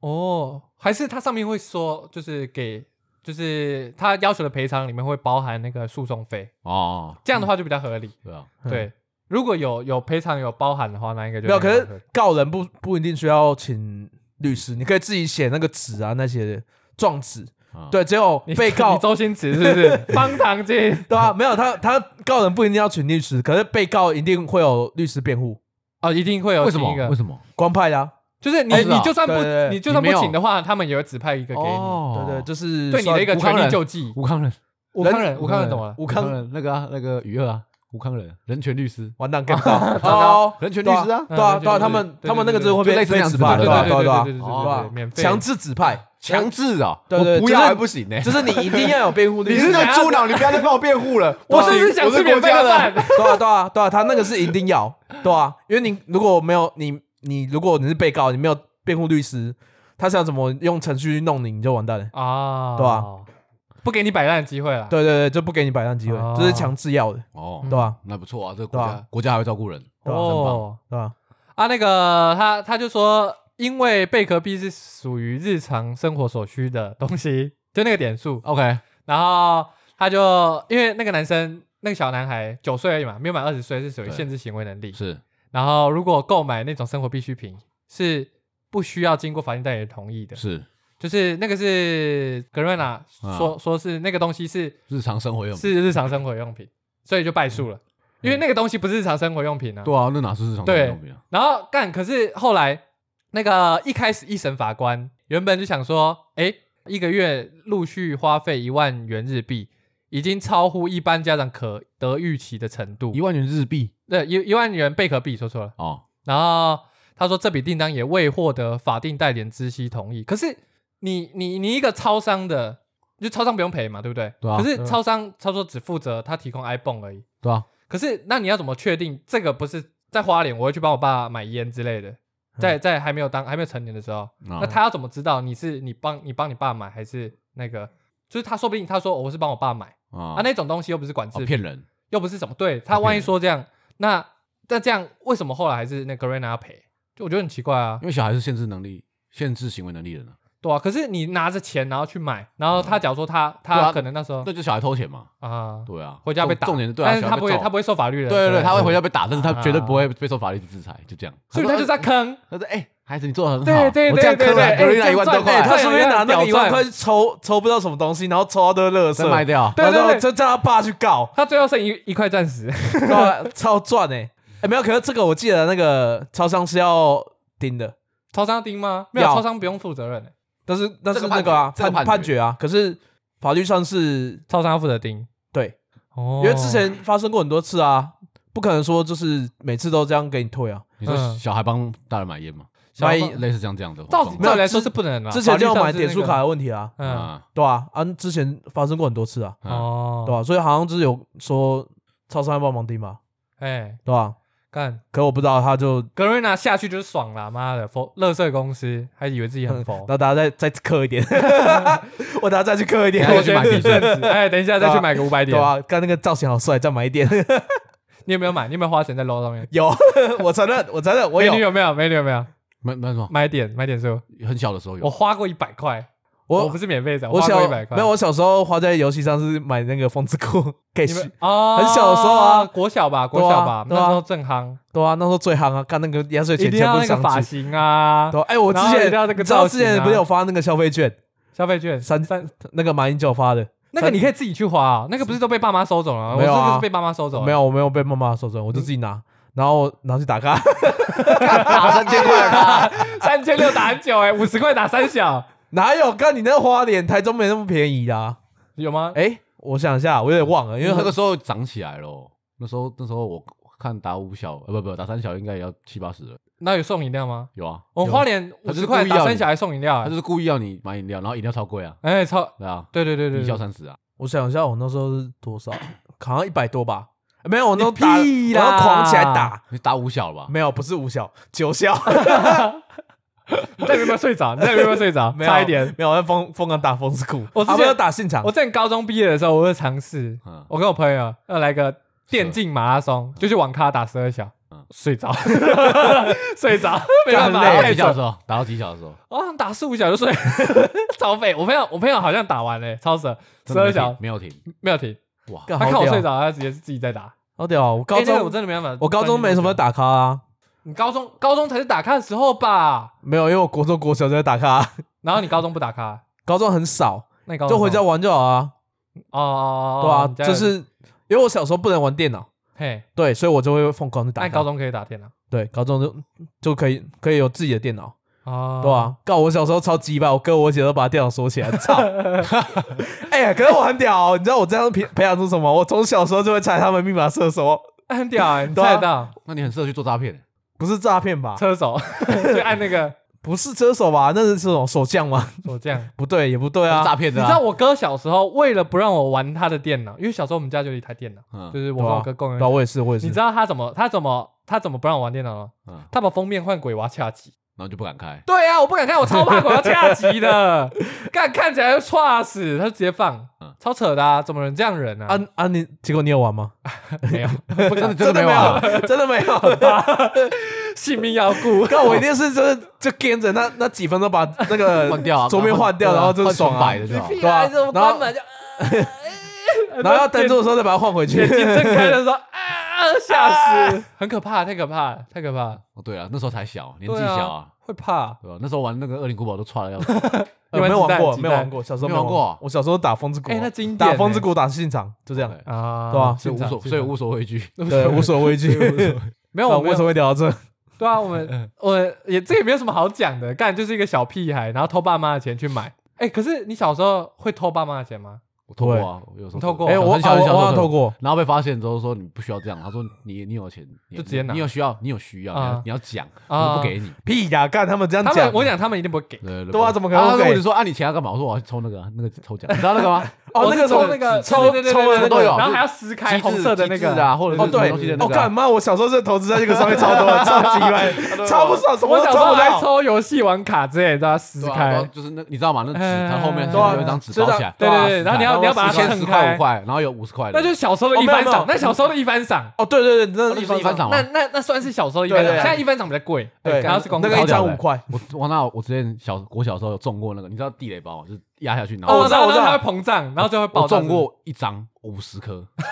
[SPEAKER 1] 哦，还是它上面会说，就是给，就是他要求的赔偿里面会包含那个诉讼费，
[SPEAKER 2] 哦，
[SPEAKER 1] 这样的话就比较合理。
[SPEAKER 2] 对啊，
[SPEAKER 3] 嗯
[SPEAKER 1] 对，如果有有赔偿有包含的话，那应该就
[SPEAKER 3] 没有，可
[SPEAKER 1] 很合
[SPEAKER 3] 是
[SPEAKER 1] 理
[SPEAKER 3] 告人不不一定需要请律师，你可以自己写那个纸啊那些状纸。
[SPEAKER 2] 嗯，
[SPEAKER 3] 对，只有
[SPEAKER 1] 你
[SPEAKER 3] 被
[SPEAKER 1] 哦你
[SPEAKER 3] 告
[SPEAKER 1] 周星驰是不是方唐镜？
[SPEAKER 3] 对啊，没有他他告人不一定要请律师，可是被告一定会有律师辩护，
[SPEAKER 1] 哦，一定会有
[SPEAKER 2] 为什
[SPEAKER 1] 请一
[SPEAKER 2] 么？为
[SPEAKER 1] 个，
[SPEAKER 2] 什么？
[SPEAKER 3] 官派的啊。
[SPEAKER 1] 就是你
[SPEAKER 2] 哦是啊
[SPEAKER 1] 你就算不
[SPEAKER 3] 对对对
[SPEAKER 1] 你就算
[SPEAKER 2] 你没
[SPEAKER 1] 不
[SPEAKER 2] 有
[SPEAKER 1] 请的话，他们也会指派一个给你，
[SPEAKER 2] 哦
[SPEAKER 3] 对对，就是
[SPEAKER 1] 对你的一个权
[SPEAKER 2] 算武康
[SPEAKER 1] 利
[SPEAKER 2] 人
[SPEAKER 1] 救济。
[SPEAKER 2] 吴康仁，
[SPEAKER 1] 武康人，武康人怎么了？
[SPEAKER 3] 吴
[SPEAKER 2] 吴
[SPEAKER 3] 康
[SPEAKER 2] 康仁那个啊，那个余二啊，吴康仁，人权律师，
[SPEAKER 3] 完蛋
[SPEAKER 1] <laughs>
[SPEAKER 3] get 不到，哦
[SPEAKER 2] 哦，人权律师
[SPEAKER 3] 对
[SPEAKER 2] 啊，
[SPEAKER 3] 啊
[SPEAKER 1] 嗯
[SPEAKER 3] 对啊，
[SPEAKER 1] 对对
[SPEAKER 3] 他们
[SPEAKER 1] 对
[SPEAKER 3] 他们那个就是会
[SPEAKER 2] 就
[SPEAKER 3] 被
[SPEAKER 2] 类似
[SPEAKER 3] 被
[SPEAKER 2] 这样
[SPEAKER 3] 指
[SPEAKER 2] 子吧
[SPEAKER 3] 派，
[SPEAKER 1] 对
[SPEAKER 3] 对啊
[SPEAKER 1] 对
[SPEAKER 3] 对啊
[SPEAKER 1] 对对对
[SPEAKER 3] 对
[SPEAKER 1] 对
[SPEAKER 2] 哦
[SPEAKER 1] 对，
[SPEAKER 3] 啊，
[SPEAKER 1] 免费
[SPEAKER 3] 强制指派，
[SPEAKER 2] 强制啊，
[SPEAKER 3] 对对
[SPEAKER 2] 我不
[SPEAKER 3] 就是
[SPEAKER 2] 要还不行呢。欸
[SPEAKER 3] 就是你一定要有辩护律
[SPEAKER 2] 你
[SPEAKER 3] 师
[SPEAKER 2] 是，
[SPEAKER 1] 怎
[SPEAKER 2] 个
[SPEAKER 1] 样
[SPEAKER 2] 猪脑，你不要再帮我辩护了。
[SPEAKER 1] <laughs> 我
[SPEAKER 2] 不
[SPEAKER 1] 只
[SPEAKER 2] 行
[SPEAKER 1] 是想
[SPEAKER 2] 我
[SPEAKER 1] 吃
[SPEAKER 2] 是
[SPEAKER 1] 免
[SPEAKER 2] 国
[SPEAKER 1] 费
[SPEAKER 2] 家
[SPEAKER 1] 的
[SPEAKER 2] 的，
[SPEAKER 1] 饭。
[SPEAKER 3] 对啊对啊对啊，他那个是一定要，对啊，因为你如果没有你你如果你是被告，你没有辩护律师，他想怎么用程序弄你，你就完蛋了。
[SPEAKER 1] 啊，
[SPEAKER 3] 对
[SPEAKER 1] 吧？不给你摆烂的机会了。
[SPEAKER 3] 对对对，就不给你摆烂机会，
[SPEAKER 1] 哦
[SPEAKER 3] 这是强制要的，
[SPEAKER 2] 哦
[SPEAKER 1] 嗯，
[SPEAKER 3] 对吧？
[SPEAKER 2] 那不错啊，这个国
[SPEAKER 3] 对
[SPEAKER 2] 家国家还会照顾人。
[SPEAKER 3] 对啊
[SPEAKER 1] 哦
[SPEAKER 3] 对吧？
[SPEAKER 1] 啊，那个他他就说，因为贝壳币是属于日常生活所需的东西，就那个点数，
[SPEAKER 2] OK，
[SPEAKER 1] 然后他就因为那个男生，那个小男孩九岁而已嘛，没有满二十岁，是属于
[SPEAKER 2] 对
[SPEAKER 1] 限制行为能力。
[SPEAKER 2] 是
[SPEAKER 1] 然后如果购买那种生活必需品，是不需要经过法定代理人同意的，
[SPEAKER 2] 是，
[SPEAKER 1] 就是那个是格瑞娜
[SPEAKER 2] 嗯
[SPEAKER 1] 说、说是那个东西是
[SPEAKER 2] 日常生活用品。嗯
[SPEAKER 1] 是日常生活用品，所以就败诉了，因为那个东西不是日常生活用品啊。
[SPEAKER 2] 对啊，那哪是日常生活用品啊？
[SPEAKER 1] 然后干，可是后来那个一开始一审法官原本就想说，哎，一个月陆续花费一万元日币，已经超乎一般家长可得预期的程度
[SPEAKER 2] 一。万元日币
[SPEAKER 1] 对，一一万元贝壳币说错了。
[SPEAKER 2] 哦，
[SPEAKER 1] 然后他说这笔订单也未获得法定代理人知悉同意。可是你你你一个超商的，就超商不用赔嘛，对不对？
[SPEAKER 2] 对啊
[SPEAKER 1] 可是
[SPEAKER 3] 嗯
[SPEAKER 1] 超商超说只负责他提供 iPhone 而已。
[SPEAKER 2] 对啊，
[SPEAKER 1] 可是那你要怎么确定这个不是在花莲？我会去帮我爸买烟之类
[SPEAKER 2] 嗯
[SPEAKER 1] 的，在在还没有当还没有成年的时候，那
[SPEAKER 2] 那
[SPEAKER 1] 他要怎么知道你是你帮你帮你爸买还是那个？就是他说不定他说、哦我是帮我爸买啊，
[SPEAKER 2] 啊
[SPEAKER 1] 那种东西又不是管制
[SPEAKER 2] 哦
[SPEAKER 1] 品，
[SPEAKER 2] 骗人，
[SPEAKER 1] 又不是什么对他
[SPEAKER 2] 哦
[SPEAKER 1] 万一
[SPEAKER 2] 骗人
[SPEAKER 1] 说这样，那那这样为什么后来还是那个 Rena 要赔？就我觉得很奇怪啊
[SPEAKER 2] 因，为小孩是限制能力、限制行为能力的呢。
[SPEAKER 1] 对啊。可是你拿着钱然后去买，然后他假如说他
[SPEAKER 2] 对
[SPEAKER 1] 他
[SPEAKER 2] 啊
[SPEAKER 1] 可能那时候
[SPEAKER 2] 那就小孩偷钱嘛，
[SPEAKER 1] 啊
[SPEAKER 2] 对
[SPEAKER 1] 哦
[SPEAKER 2] 啊，
[SPEAKER 1] 回家被打，
[SPEAKER 2] 重重点是对啊，
[SPEAKER 1] 但是
[SPEAKER 2] 小
[SPEAKER 1] 他
[SPEAKER 2] 孩
[SPEAKER 1] 不会
[SPEAKER 2] 揍
[SPEAKER 1] 他不会受法律的，
[SPEAKER 2] 对对对，他会回
[SPEAKER 1] 家，
[SPEAKER 2] 家被打，但是他绝对
[SPEAKER 1] 啊
[SPEAKER 2] 不会被受法律制裁，就这样。
[SPEAKER 1] 所以他就在坑。
[SPEAKER 2] 他说：“哎，孩子，你做的很好，
[SPEAKER 1] 对对
[SPEAKER 2] 我这
[SPEAKER 1] 对
[SPEAKER 2] 样
[SPEAKER 1] 对
[SPEAKER 2] 坑
[SPEAKER 1] 对，
[SPEAKER 2] 了格瑞娜
[SPEAKER 1] 哎
[SPEAKER 2] 一万
[SPEAKER 1] 这
[SPEAKER 2] 多
[SPEAKER 1] 样赚
[SPEAKER 2] 块，
[SPEAKER 1] 哎
[SPEAKER 3] 他顺便拿那个
[SPEAKER 1] 屌
[SPEAKER 3] 一万
[SPEAKER 1] 赚
[SPEAKER 3] 块去抽抽不到什么东西，然后抽到都是垃
[SPEAKER 2] 再
[SPEAKER 3] 圾，
[SPEAKER 2] 卖掉。
[SPEAKER 1] 对对
[SPEAKER 3] 然后
[SPEAKER 1] 对
[SPEAKER 3] 就叫他爸去
[SPEAKER 1] <laughs>
[SPEAKER 3] 告，
[SPEAKER 1] 他最后剩一一块钻石，
[SPEAKER 3] 对吧超赚哎、欸！哎，没有，可是这个我记得那个超商是要盯的，
[SPEAKER 1] 超商盯吗？没有，
[SPEAKER 3] 要
[SPEAKER 1] 超商不用负责任、欸，
[SPEAKER 3] 但是但是
[SPEAKER 2] 这个
[SPEAKER 3] 那
[SPEAKER 2] 判
[SPEAKER 3] 个啊
[SPEAKER 2] 决这个
[SPEAKER 3] 判
[SPEAKER 2] 判
[SPEAKER 3] 判决啊，可是法律上是
[SPEAKER 1] 超商要负责盯。
[SPEAKER 3] 对，
[SPEAKER 1] 哦
[SPEAKER 3] 因为之前发生过很多次啊，不可能说就是每次都这样给你退啊。”
[SPEAKER 2] 你说
[SPEAKER 1] 嗯
[SPEAKER 2] 小孩帮大人买烟吗？
[SPEAKER 1] 小孩
[SPEAKER 2] 类类似这样这样的
[SPEAKER 1] 照
[SPEAKER 2] 状况，
[SPEAKER 3] 没有
[SPEAKER 1] 照理来说是不能的，
[SPEAKER 3] 之前就要
[SPEAKER 1] 啊法
[SPEAKER 3] 买
[SPEAKER 1] 律上是
[SPEAKER 3] 点数
[SPEAKER 1] 那个
[SPEAKER 3] 卡，的问题啊，
[SPEAKER 1] 嗯，
[SPEAKER 2] 啊
[SPEAKER 3] 对吧、啊？之前发生过很多次啊，
[SPEAKER 2] 哦，
[SPEAKER 1] 哦，
[SPEAKER 3] 对吧、所以好像就是有说超商要帮忙盯嘛，
[SPEAKER 1] 哎，
[SPEAKER 3] 对吧、
[SPEAKER 1] 干
[SPEAKER 3] 可我不知道他就
[SPEAKER 1] 格瑞娜下去就是爽啦，妈的，佛乐色公司还以为自己很佛
[SPEAKER 3] 然，后大家再再刻
[SPEAKER 1] <laughs>
[SPEAKER 3] 一点，我等下再去刻一点，
[SPEAKER 2] 等一下去买
[SPEAKER 1] 一
[SPEAKER 2] 笔
[SPEAKER 1] 阵子， <laughs> 哎，等一下再去买个五百
[SPEAKER 3] 对
[SPEAKER 1] 点，
[SPEAKER 3] 啊，刚那个造型好帅，再买一点。 <laughs>
[SPEAKER 1] 你有没有买？你有没有花钱在楼上面？哎
[SPEAKER 3] 有，我承认，我承认，我
[SPEAKER 1] 美女
[SPEAKER 3] 有，
[SPEAKER 1] 有没有？美女有没有？
[SPEAKER 2] 买买什么？
[SPEAKER 1] 买点买点书，
[SPEAKER 2] 很小的时候有
[SPEAKER 1] 我，花过一百块，我
[SPEAKER 3] 我
[SPEAKER 1] 不是免费的，
[SPEAKER 3] 我
[SPEAKER 1] 花
[SPEAKER 3] 小
[SPEAKER 1] 过一百块。
[SPEAKER 3] 没有，我小时候花在游戏上是买那个风之 <laughs> 谷
[SPEAKER 1] 你
[SPEAKER 3] Cash，
[SPEAKER 1] 们哦，
[SPEAKER 3] 很小的时候啊
[SPEAKER 1] 国小吧，
[SPEAKER 3] 对啊
[SPEAKER 1] 国小吧，
[SPEAKER 3] 对
[SPEAKER 1] 那
[SPEAKER 3] 啊
[SPEAKER 1] 时候正夯，
[SPEAKER 3] 对啊，那时候最夯啊，干那个压岁
[SPEAKER 1] 一
[SPEAKER 3] 钱
[SPEAKER 1] 定
[SPEAKER 3] 全
[SPEAKER 1] 要
[SPEAKER 3] 部
[SPEAKER 1] 那个
[SPEAKER 3] 上
[SPEAKER 1] 发
[SPEAKER 3] 去。
[SPEAKER 1] 型啊，
[SPEAKER 3] 对啊，哎，我之
[SPEAKER 1] 然后一
[SPEAKER 3] 前
[SPEAKER 1] 定要那个
[SPEAKER 3] 你知道
[SPEAKER 1] 造
[SPEAKER 3] 之
[SPEAKER 1] 型
[SPEAKER 3] 前
[SPEAKER 1] 啊
[SPEAKER 3] 不是有发那个消费券，
[SPEAKER 1] 消费券
[SPEAKER 3] 三
[SPEAKER 1] 三，
[SPEAKER 3] 那个马英九发的，
[SPEAKER 1] 那个你可以自己去花啊，那个不是都被爸妈收走了吗？我
[SPEAKER 3] 没
[SPEAKER 1] 这
[SPEAKER 3] 有啊
[SPEAKER 1] 个是被爸妈收走了， <laughs>
[SPEAKER 3] 没有，我没有被妈妈收走，我就自己拿，然后拿去打卡。 <laughs> 啊
[SPEAKER 2] 打三千块吧。
[SPEAKER 1] <laughs> 三千六打很久哎，五十块打三小
[SPEAKER 3] 哪有？干你那花脸，台中没那么便宜啦。
[SPEAKER 1] 有吗？
[SPEAKER 3] 哎，我想一下，我有点忘了，因
[SPEAKER 2] 因
[SPEAKER 3] 为
[SPEAKER 2] 为那
[SPEAKER 3] 很
[SPEAKER 1] 嗯
[SPEAKER 2] 个时候涨起来了，那时候那时候我看打五小，呃不不打三小应该也要七八十了，
[SPEAKER 1] 那有送饮料吗？
[SPEAKER 2] 有啊，
[SPEAKER 1] 我
[SPEAKER 2] 有
[SPEAKER 1] 花莲
[SPEAKER 2] 他
[SPEAKER 1] 五
[SPEAKER 2] 就是
[SPEAKER 1] 十块
[SPEAKER 2] 故意要
[SPEAKER 1] 打三
[SPEAKER 2] 你
[SPEAKER 1] 小还送饮料
[SPEAKER 2] 他就
[SPEAKER 1] 欸，
[SPEAKER 2] 是故意要你买饮料，然后饮料超贵啊，
[SPEAKER 1] 哎超
[SPEAKER 2] 对啊，
[SPEAKER 1] 对对对对，
[SPEAKER 2] 一
[SPEAKER 1] 对
[SPEAKER 2] 小三十啊，
[SPEAKER 3] 我想一下，我那时候是多少？好像一百多吧？没有，我那时候打，
[SPEAKER 1] 你屁啦
[SPEAKER 3] 然后狂起来打。
[SPEAKER 2] 你打五小了吧？
[SPEAKER 3] 没有，不是五小，九
[SPEAKER 1] <laughs>
[SPEAKER 3] 小，
[SPEAKER 1] 你在有没有睡着？你在有没有睡着
[SPEAKER 3] <laughs> ？没有
[SPEAKER 1] 差一点。
[SPEAKER 3] 没有，我在疯疯狂打风之谷，
[SPEAKER 1] 我之前
[SPEAKER 3] 啊不要打现场
[SPEAKER 1] 我，在高中毕业的时候，我就尝试，
[SPEAKER 2] 嗯，
[SPEAKER 1] 我跟我朋友要来个电竞马拉
[SPEAKER 3] 嗯
[SPEAKER 1] 松，就去网咖打十二小
[SPEAKER 2] 嗯，
[SPEAKER 1] 睡
[SPEAKER 3] <laughs>
[SPEAKER 1] 着，睡着，没办法，
[SPEAKER 3] 干
[SPEAKER 1] 太
[SPEAKER 2] 打到几小
[SPEAKER 1] 早
[SPEAKER 2] 的时。候，打到几小的时候，
[SPEAKER 1] 我好像打四五小就睡， <laughs> 超废。我朋友，我朋友好像打完了，超神，
[SPEAKER 2] 真
[SPEAKER 1] 十二
[SPEAKER 2] 的没停
[SPEAKER 1] 小
[SPEAKER 2] 没有停，
[SPEAKER 1] 没有停。
[SPEAKER 2] 哇，
[SPEAKER 3] 干
[SPEAKER 1] 他看我睡，
[SPEAKER 3] 好
[SPEAKER 1] 着，
[SPEAKER 3] 屌
[SPEAKER 1] 他直接是自己在打。
[SPEAKER 3] 好屌啊！我高
[SPEAKER 1] 哎那个我
[SPEAKER 3] 中
[SPEAKER 1] 真的没办法，
[SPEAKER 3] 我高中没什么。打卡啊，
[SPEAKER 1] 你高中高中才是打咖的时候吧？
[SPEAKER 3] 没有，因为我国中国小就在打卡啊，
[SPEAKER 1] 然后你高中不打咖，
[SPEAKER 3] 高中很少，
[SPEAKER 1] 那你高中
[SPEAKER 3] 就回家玩就好啊，
[SPEAKER 1] 哦哦，
[SPEAKER 3] 对
[SPEAKER 1] 哦
[SPEAKER 3] 啊
[SPEAKER 1] 你，家
[SPEAKER 3] 就
[SPEAKER 1] 人
[SPEAKER 3] 是因为我小时候不能玩电脑，
[SPEAKER 1] 嘿，
[SPEAKER 3] 对，所以我就会疯狂的打
[SPEAKER 1] 那
[SPEAKER 3] 卡。
[SPEAKER 1] 你高中可以打啊电脑
[SPEAKER 3] 对，高中就就可以可以有自己的电脑，
[SPEAKER 1] 哦，
[SPEAKER 3] 对吧、啊？告我小时候超鸡巴，我哥我姐都把电脑锁起来，
[SPEAKER 1] <laughs>
[SPEAKER 3] 操！哎呀，可是我很屌、哦，你知道我这样培培养出什么？我从小时候就会猜他们密码射手，
[SPEAKER 1] 哎 <laughs> 很屌哎，你
[SPEAKER 3] 对啊
[SPEAKER 1] 猜得到
[SPEAKER 2] 那你很适合去做诈骗欸，
[SPEAKER 3] 不是诈骗吧？
[SPEAKER 1] 车
[SPEAKER 3] <laughs>
[SPEAKER 1] 手就按那个
[SPEAKER 3] 不是车手吧？那是这种手将吗？ <laughs>
[SPEAKER 1] 锁匠。
[SPEAKER 3] 不对，啊也不对
[SPEAKER 2] 是诈
[SPEAKER 3] 啊。
[SPEAKER 2] 骗
[SPEAKER 1] 你
[SPEAKER 2] 的
[SPEAKER 1] 知
[SPEAKER 2] 啊，
[SPEAKER 1] 道我哥小时候为了不让我玩他的电脑，因为小时候我们家就有一台电脑，就
[SPEAKER 2] 嗯
[SPEAKER 1] 是我
[SPEAKER 3] 对
[SPEAKER 1] 跟
[SPEAKER 3] 啊
[SPEAKER 1] 我哥共用
[SPEAKER 3] 对啊，
[SPEAKER 1] 的。
[SPEAKER 3] 我也是，我也是。
[SPEAKER 1] 你知道他怎么他怎么他怎么不让我玩电脑吗？
[SPEAKER 2] 嗯，然
[SPEAKER 1] 他把封面换鬼娃恰吉。
[SPEAKER 2] 后就不敢开，
[SPEAKER 1] 对啊，我不敢看，我超怕鬼娃恰吉 <laughs> 的，看看起来就歘死，他就直接放
[SPEAKER 2] 嗯，
[SPEAKER 1] 超扯的啊！怎么能这样人啊
[SPEAKER 3] 啊？啊你！结果你有玩吗？
[SPEAKER 1] <laughs> 没有，
[SPEAKER 2] 真
[SPEAKER 3] <laughs>
[SPEAKER 2] 的
[SPEAKER 3] 真
[SPEAKER 2] 真的没有啊，
[SPEAKER 3] 有，真的没有。
[SPEAKER 1] 性命要
[SPEAKER 3] <laughs>
[SPEAKER 1] 顾。
[SPEAKER 3] 那
[SPEAKER 1] <laughs>
[SPEAKER 3] 我一定是就是就跟着那那几分钟把那 <laughs> 个
[SPEAKER 2] 换掉啊，
[SPEAKER 3] 桌面换掉，
[SPEAKER 2] 对啊
[SPEAKER 3] 然后就
[SPEAKER 2] 换
[SPEAKER 3] 爽
[SPEAKER 2] 纯
[SPEAKER 3] 啊
[SPEAKER 2] 白的就好
[SPEAKER 1] 屁
[SPEAKER 3] 对啊
[SPEAKER 1] 孩子，我
[SPEAKER 3] 然后
[SPEAKER 1] 关门
[SPEAKER 3] <laughs>
[SPEAKER 1] 就，呃
[SPEAKER 3] 然后要登录的时候再把它换回去呃
[SPEAKER 1] 眼。
[SPEAKER 3] <laughs>
[SPEAKER 1] 睛睁开的时候 <laughs> 啊，吓死，很可怕，太可怕，太可怕，
[SPEAKER 2] 哦对啊，那时候才小，年纪
[SPEAKER 1] 对
[SPEAKER 2] 小啊，，
[SPEAKER 1] 会怕。
[SPEAKER 2] 对吧？那时候玩那个恶灵古堡都踹了要死，
[SPEAKER 3] 呃没有玩过，没有玩过，小时候
[SPEAKER 2] 没有玩
[SPEAKER 3] 玩
[SPEAKER 2] 过啊
[SPEAKER 3] 我小时候打风之谷
[SPEAKER 1] 哎，，那经典
[SPEAKER 3] 打
[SPEAKER 1] 欸
[SPEAKER 3] 风之谷打现场，就这样，
[SPEAKER 2] 对
[SPEAKER 1] 啊，
[SPEAKER 3] 对啊
[SPEAKER 2] 所以无所所以无所
[SPEAKER 1] <laughs>
[SPEAKER 2] 畏惧，
[SPEAKER 3] <laughs> 对，无所畏惧。
[SPEAKER 1] 没有
[SPEAKER 3] 那
[SPEAKER 1] 我
[SPEAKER 3] 我
[SPEAKER 1] 们
[SPEAKER 3] 为什么会聊到这？
[SPEAKER 1] 对啊，我们我也这也没有什么好讲的，干就是一个小屁孩，然后偷爸妈的钱去买。哎，可是你小时候会偷爸妈的钱吗？
[SPEAKER 2] 我偷过啊，我有时候
[SPEAKER 1] 你偷过
[SPEAKER 2] 哎
[SPEAKER 3] 哎，我
[SPEAKER 2] 很小
[SPEAKER 3] 啊
[SPEAKER 2] 很
[SPEAKER 3] 我
[SPEAKER 2] 小
[SPEAKER 3] 我好
[SPEAKER 2] 的
[SPEAKER 3] 像
[SPEAKER 2] 时候
[SPEAKER 3] 透。过，
[SPEAKER 2] 然后被发现之后说你不需要这样，他说你你有钱你
[SPEAKER 1] 就直接拿
[SPEAKER 2] 你有需要你有需要，你
[SPEAKER 1] 啊
[SPEAKER 2] 要你要讲，
[SPEAKER 1] 啊
[SPEAKER 2] 我不给你。
[SPEAKER 3] 屁呀！干他们这样
[SPEAKER 1] 他
[SPEAKER 3] 讲
[SPEAKER 1] 们，我讲他们一定不会给。
[SPEAKER 2] 对
[SPEAKER 3] 对啊，怎么可
[SPEAKER 2] 然后
[SPEAKER 3] 能会
[SPEAKER 2] 他问
[SPEAKER 3] 给？
[SPEAKER 2] 你说啊，你钱要干嘛？我说我要去抽那个啊那个抽奖，你知道那个吗？
[SPEAKER 3] 哦，
[SPEAKER 1] 我
[SPEAKER 3] 那
[SPEAKER 1] 是
[SPEAKER 3] 个
[SPEAKER 1] 抽那个
[SPEAKER 3] 抽
[SPEAKER 1] 对对对
[SPEAKER 3] 抽
[SPEAKER 1] 对
[SPEAKER 3] 的那
[SPEAKER 1] 对
[SPEAKER 3] 个
[SPEAKER 1] 对
[SPEAKER 2] 有
[SPEAKER 1] 然后还要撕 <laughs> 开
[SPEAKER 2] 机
[SPEAKER 1] 红
[SPEAKER 2] 制
[SPEAKER 1] 色的那
[SPEAKER 2] 机制
[SPEAKER 1] 个
[SPEAKER 2] 啊，或者
[SPEAKER 3] 哦
[SPEAKER 2] 是什么
[SPEAKER 3] 对
[SPEAKER 2] 东西的，那
[SPEAKER 3] 哦
[SPEAKER 2] 个啊
[SPEAKER 3] 干。妈！我小时候是投资在这个上面超多的， <laughs> 超级歪，超不爽，什么
[SPEAKER 1] 我
[SPEAKER 3] 都
[SPEAKER 1] 小时
[SPEAKER 3] 抽
[SPEAKER 1] 候
[SPEAKER 3] 不
[SPEAKER 1] 还
[SPEAKER 3] 到。
[SPEAKER 1] 抽游戏玩卡之类的，都要撕
[SPEAKER 2] 对啊然后
[SPEAKER 1] 开。
[SPEAKER 2] 就是那你知道吗？那纸
[SPEAKER 1] 哎
[SPEAKER 2] 它后面
[SPEAKER 1] 对啊
[SPEAKER 2] 有一张纸包起来，
[SPEAKER 1] 对对对，
[SPEAKER 2] 撕开
[SPEAKER 1] 然后你要你要把它
[SPEAKER 2] 一千
[SPEAKER 1] 撑
[SPEAKER 2] 十块
[SPEAKER 1] 开
[SPEAKER 2] 五，块，然后有五十块的，
[SPEAKER 1] 那就是小时候的
[SPEAKER 3] 哦
[SPEAKER 1] 一
[SPEAKER 3] 没有
[SPEAKER 1] 番
[SPEAKER 3] 没有
[SPEAKER 1] 赏。那小时候的一番赏，
[SPEAKER 3] 哦，对对对，那
[SPEAKER 2] 那是一番赏
[SPEAKER 1] 那
[SPEAKER 2] 吗？
[SPEAKER 1] 那那算是小时候的一番赏。
[SPEAKER 3] 对对
[SPEAKER 1] 现
[SPEAKER 3] 对
[SPEAKER 1] 在一番赏比较贵，
[SPEAKER 3] 对，
[SPEAKER 1] 然后是公
[SPEAKER 3] 那
[SPEAKER 1] 司
[SPEAKER 3] 个一
[SPEAKER 1] 搞的
[SPEAKER 3] 张五块，
[SPEAKER 2] 我我那我之前小我小时候有中过那个，你知道地雷包吗？就是压下去，然
[SPEAKER 1] 哦，
[SPEAKER 2] 后
[SPEAKER 1] 我
[SPEAKER 3] 我
[SPEAKER 1] 知
[SPEAKER 3] 知道
[SPEAKER 1] 道，
[SPEAKER 3] 我知道
[SPEAKER 1] 它会膨胀，然后就会爆
[SPEAKER 2] 我
[SPEAKER 1] 炸。
[SPEAKER 2] 中过一张五十颗， <laughs>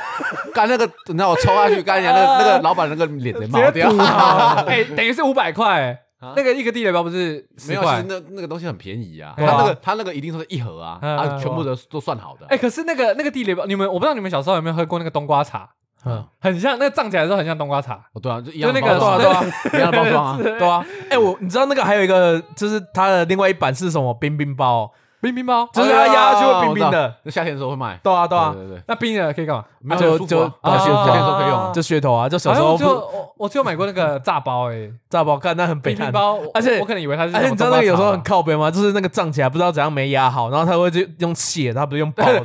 [SPEAKER 2] 干那个，你知道我抽下去，干人家那个那个老板那个脸得毛掉
[SPEAKER 3] 直，接
[SPEAKER 1] <laughs> 哎，等于是五百块，
[SPEAKER 2] 啊
[SPEAKER 1] 那个一个地雷包不是十
[SPEAKER 2] 没有，其实
[SPEAKER 1] 块？
[SPEAKER 2] 那那个东西很便宜啊，他
[SPEAKER 1] 对啊
[SPEAKER 2] 那个他那个一定是一盒啊，
[SPEAKER 1] 嗯
[SPEAKER 2] 啊，全部的都算好的。
[SPEAKER 1] 哎，可是那个那个地雷包，你们我不知道你们小时候有没有喝过那个冬瓜茶，
[SPEAKER 3] 嗯，
[SPEAKER 1] 很像那个胀起来的时候很像冬瓜茶，
[SPEAKER 2] 哦，对啊，就一
[SPEAKER 1] 就
[SPEAKER 2] 样
[SPEAKER 1] 那
[SPEAKER 2] 的
[SPEAKER 1] 个
[SPEAKER 2] 包装
[SPEAKER 3] 对
[SPEAKER 2] 啊，
[SPEAKER 3] 啊
[SPEAKER 2] 一样的包
[SPEAKER 1] <laughs>
[SPEAKER 2] 装啊，
[SPEAKER 1] 是
[SPEAKER 3] 对啊，哎、我你知道那个还有一个，就是它的另外一版是什么冰冰包哦、
[SPEAKER 1] 冰冰包。
[SPEAKER 3] 就是它
[SPEAKER 1] 啊
[SPEAKER 3] 压下去会冰冰
[SPEAKER 2] 我知
[SPEAKER 3] 的。
[SPEAKER 2] 哦啊那夏天的时候会卖。
[SPEAKER 3] 对 <laughs> 啊，对啊，
[SPEAKER 2] 对对对，
[SPEAKER 1] 那冰的可以干嘛？
[SPEAKER 2] 没有
[SPEAKER 3] 就
[SPEAKER 2] 很舒服啊
[SPEAKER 3] 就
[SPEAKER 2] 啊
[SPEAKER 3] 就
[SPEAKER 2] 夏天夏天的时候可以用啊
[SPEAKER 1] 啊。
[SPEAKER 3] 就噱头啊，就小时
[SPEAKER 1] 好像
[SPEAKER 3] 候
[SPEAKER 1] 我只有
[SPEAKER 3] 不
[SPEAKER 1] 我我只有买过那个炸包
[SPEAKER 3] <laughs>
[SPEAKER 1] 哎，
[SPEAKER 3] 炸包干，那很北
[SPEAKER 1] 冰冰
[SPEAKER 3] 南。
[SPEAKER 1] 包，我
[SPEAKER 3] 而且
[SPEAKER 1] 哎我可能以为它是什
[SPEAKER 3] 而
[SPEAKER 1] 么
[SPEAKER 3] 且
[SPEAKER 1] 冬瓜茶
[SPEAKER 3] 你知道
[SPEAKER 1] 吧。
[SPEAKER 3] 那个有时候很靠边吗？就是那个胀起来不知道怎样没压好，然后他会就用血，他不是用爆的，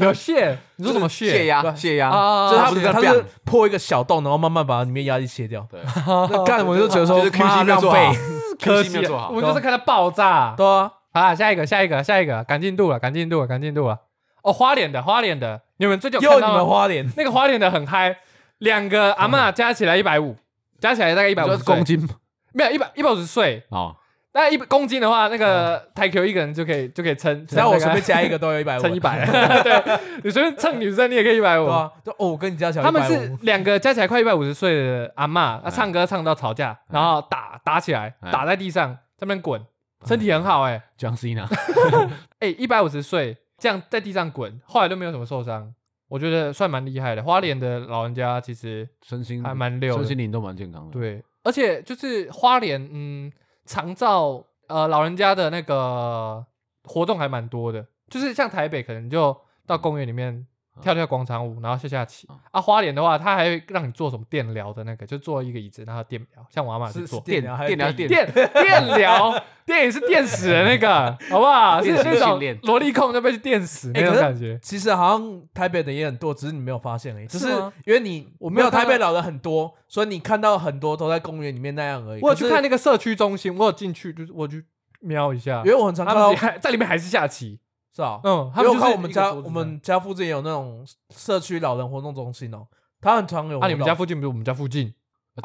[SPEAKER 1] 有蟹，你说什么蟹？
[SPEAKER 2] 泄压
[SPEAKER 3] 对
[SPEAKER 2] 泄压
[SPEAKER 1] 啊
[SPEAKER 3] 就是
[SPEAKER 2] 它
[SPEAKER 3] 他
[SPEAKER 2] 不是在
[SPEAKER 3] 他
[SPEAKER 2] 变
[SPEAKER 3] 是破一个小洞，然后慢慢把里面压力卸
[SPEAKER 2] <laughs>
[SPEAKER 3] 掉。
[SPEAKER 2] 对，
[SPEAKER 3] 那干我就觉得说
[SPEAKER 2] 就是 Q
[SPEAKER 3] 妈
[SPEAKER 2] 心没有
[SPEAKER 3] 浪
[SPEAKER 2] 做好 <laughs>
[SPEAKER 3] 费，
[SPEAKER 1] 可
[SPEAKER 2] ，Q
[SPEAKER 1] 惜
[SPEAKER 2] 心没有做好
[SPEAKER 1] 我。们就是看它爆炸。
[SPEAKER 3] 对啊，
[SPEAKER 1] 好啦，下一个，下一个，下一个，赶进度了，赶进度了，赶进度了。哦，花脸的，花脸的，你们最近有看
[SPEAKER 3] 又你
[SPEAKER 1] 到
[SPEAKER 3] 们
[SPEAKER 1] 吗
[SPEAKER 3] 花嗯脸，
[SPEAKER 1] 那个花脸的很嗨，两个阿嬷加起来一百五，加起来大概一
[SPEAKER 2] 你
[SPEAKER 1] 百五
[SPEAKER 2] 说
[SPEAKER 1] 十
[SPEAKER 2] 公斤吗
[SPEAKER 1] 没有一百一百五十岁，
[SPEAKER 2] 哦，
[SPEAKER 1] 那一公斤的话，那个台球一个人就可以就可以撑，
[SPEAKER 3] 只要嗯我
[SPEAKER 1] 撑
[SPEAKER 3] 随
[SPEAKER 1] 大概
[SPEAKER 3] 便加一个都有一百
[SPEAKER 1] <laughs>
[SPEAKER 3] 五，
[SPEAKER 1] 撑一，
[SPEAKER 3] <laughs>
[SPEAKER 1] 百，对你随便蹭女生你也可以一百五
[SPEAKER 3] 对。啊，就哦，我跟你加起来
[SPEAKER 1] 他们
[SPEAKER 3] 150
[SPEAKER 1] 是两个加起来快一百五十岁的阿嬷，啊，
[SPEAKER 2] 嗯
[SPEAKER 1] 唱歌唱到吵架，
[SPEAKER 3] 嗯
[SPEAKER 1] 然后打打起来，
[SPEAKER 2] 嗯
[SPEAKER 1] 打在地上，在那边滚，
[SPEAKER 3] 嗯
[SPEAKER 1] 身体很好哎
[SPEAKER 2] 江西呢？
[SPEAKER 1] 哎，一百五十岁这样在地上滚，后来都没有什么受伤，我觉得算蛮厉害的。花莲的老人家其实
[SPEAKER 2] 身心
[SPEAKER 1] <laughs> 还蛮溜
[SPEAKER 2] 身
[SPEAKER 1] 的
[SPEAKER 2] 心，灵都蛮健康的。，
[SPEAKER 1] 对，而且就是花莲，嗯，长照呃老人家的那个活动还蛮多的，就是像台北可能就到公园里面跳跳广场舞，然后下下棋
[SPEAKER 2] 嗯
[SPEAKER 1] 啊。花莲的话，它还会让你做什么电疗的那个，就坐一个椅子，然后电疗，像我阿妈
[SPEAKER 3] 是
[SPEAKER 1] 啊是做。
[SPEAKER 3] 电疗还是
[SPEAKER 2] 电疗
[SPEAKER 3] 电
[SPEAKER 2] 电
[SPEAKER 1] 电电疗，电也是电死的那个，好不好？是
[SPEAKER 2] 电死
[SPEAKER 1] 那种
[SPEAKER 2] 训练
[SPEAKER 1] 萝莉控就被电死
[SPEAKER 3] 哎
[SPEAKER 1] 那种
[SPEAKER 3] 可是
[SPEAKER 1] 感觉。
[SPEAKER 3] 其实好像台北的也很多，只是你没有发现而已。只
[SPEAKER 1] 是
[SPEAKER 3] 是
[SPEAKER 1] 吗
[SPEAKER 3] 因为你
[SPEAKER 1] 我没
[SPEAKER 3] 没
[SPEAKER 1] 有
[SPEAKER 3] 有
[SPEAKER 1] 看
[SPEAKER 3] 台
[SPEAKER 1] 到
[SPEAKER 3] 北老的很多，所以你看到很多都在公园里面那样而已。
[SPEAKER 1] 我有去看
[SPEAKER 3] 那，
[SPEAKER 1] 那个社区中心，我有进去，就是我去瞄一下
[SPEAKER 3] 因，为我很常
[SPEAKER 1] 他
[SPEAKER 3] 看到
[SPEAKER 1] 们，还在里面还是下棋，
[SPEAKER 3] 是啊，
[SPEAKER 1] 嗯，他
[SPEAKER 3] 因为
[SPEAKER 1] 们就
[SPEAKER 3] 我看
[SPEAKER 1] 是
[SPEAKER 3] 我们
[SPEAKER 1] 一个
[SPEAKER 3] 家
[SPEAKER 1] 桌子这
[SPEAKER 3] 我
[SPEAKER 1] 样
[SPEAKER 3] 们家附近有那种社区老人活动中心哦，他很常有
[SPEAKER 1] 啊，
[SPEAKER 3] 活动。
[SPEAKER 1] 你们家附近不是我们家附
[SPEAKER 3] <laughs>
[SPEAKER 1] 近？
[SPEAKER 3] 啊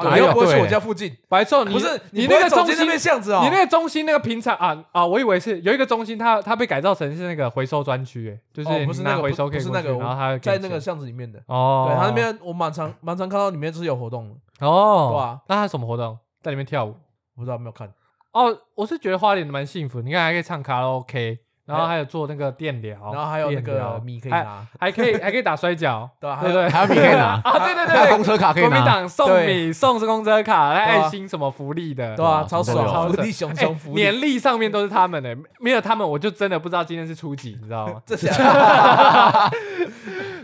[SPEAKER 1] 哪
[SPEAKER 3] 你
[SPEAKER 1] 有
[SPEAKER 3] 又不会去
[SPEAKER 1] 对
[SPEAKER 3] 我家附近？
[SPEAKER 1] 白昼，你
[SPEAKER 3] 不是
[SPEAKER 1] 你
[SPEAKER 3] 不会
[SPEAKER 1] 那个
[SPEAKER 3] 走
[SPEAKER 1] 中
[SPEAKER 3] 进
[SPEAKER 1] 心
[SPEAKER 3] 那边巷子哦，
[SPEAKER 1] 你那个中心那个平常啊啊，我以为是有一个中心它，它被改造成是那个回收专区，哎，就是
[SPEAKER 3] 哦不是
[SPEAKER 1] 你
[SPEAKER 3] 那
[SPEAKER 1] 拿
[SPEAKER 3] 个
[SPEAKER 1] 回收可以
[SPEAKER 3] 不是
[SPEAKER 1] 过
[SPEAKER 3] 那
[SPEAKER 1] 去，
[SPEAKER 3] 个
[SPEAKER 1] 然后它会给
[SPEAKER 3] 在
[SPEAKER 1] 你
[SPEAKER 3] 那个
[SPEAKER 1] 钱
[SPEAKER 3] 巷子里面的。
[SPEAKER 1] 哦，
[SPEAKER 3] 对他那边，我蛮常蛮常看到里面就是有活动的，
[SPEAKER 1] 哦，
[SPEAKER 3] 对啊，
[SPEAKER 1] 那它什么活动？在里面跳舞
[SPEAKER 3] 我不知道有没有看。
[SPEAKER 1] 哦，我是觉得花莲蛮幸福，你看还可以唱卡拉 OK，然后还有做那个电疗，
[SPEAKER 3] 哎然后还有那
[SPEAKER 1] 电疗
[SPEAKER 3] 个米可以
[SPEAKER 1] 还
[SPEAKER 3] 拿，，
[SPEAKER 1] 还可以还可以打摔跤
[SPEAKER 3] 对啊
[SPEAKER 1] 对不对？
[SPEAKER 2] 还有米可以拿
[SPEAKER 1] <laughs> 啊，对对
[SPEAKER 2] 还有
[SPEAKER 1] 对
[SPEAKER 2] 公，车卡可以
[SPEAKER 1] 国民
[SPEAKER 2] 拿。
[SPEAKER 1] 党送
[SPEAKER 3] 对
[SPEAKER 1] 米送公车卡，还
[SPEAKER 3] 对啊
[SPEAKER 1] 爱心什么福利的，
[SPEAKER 3] 对啊，
[SPEAKER 2] 哇
[SPEAKER 3] 超
[SPEAKER 2] 什么都有
[SPEAKER 3] 爽，
[SPEAKER 1] 超
[SPEAKER 3] 福
[SPEAKER 1] 爽
[SPEAKER 3] 利熊
[SPEAKER 1] 哎
[SPEAKER 3] 熊福利，？
[SPEAKER 1] 年历上面都是他们的、哎没有他们我就真的不知道今天是初几，你知道
[SPEAKER 2] <laughs>
[SPEAKER 1] 吗
[SPEAKER 3] 这下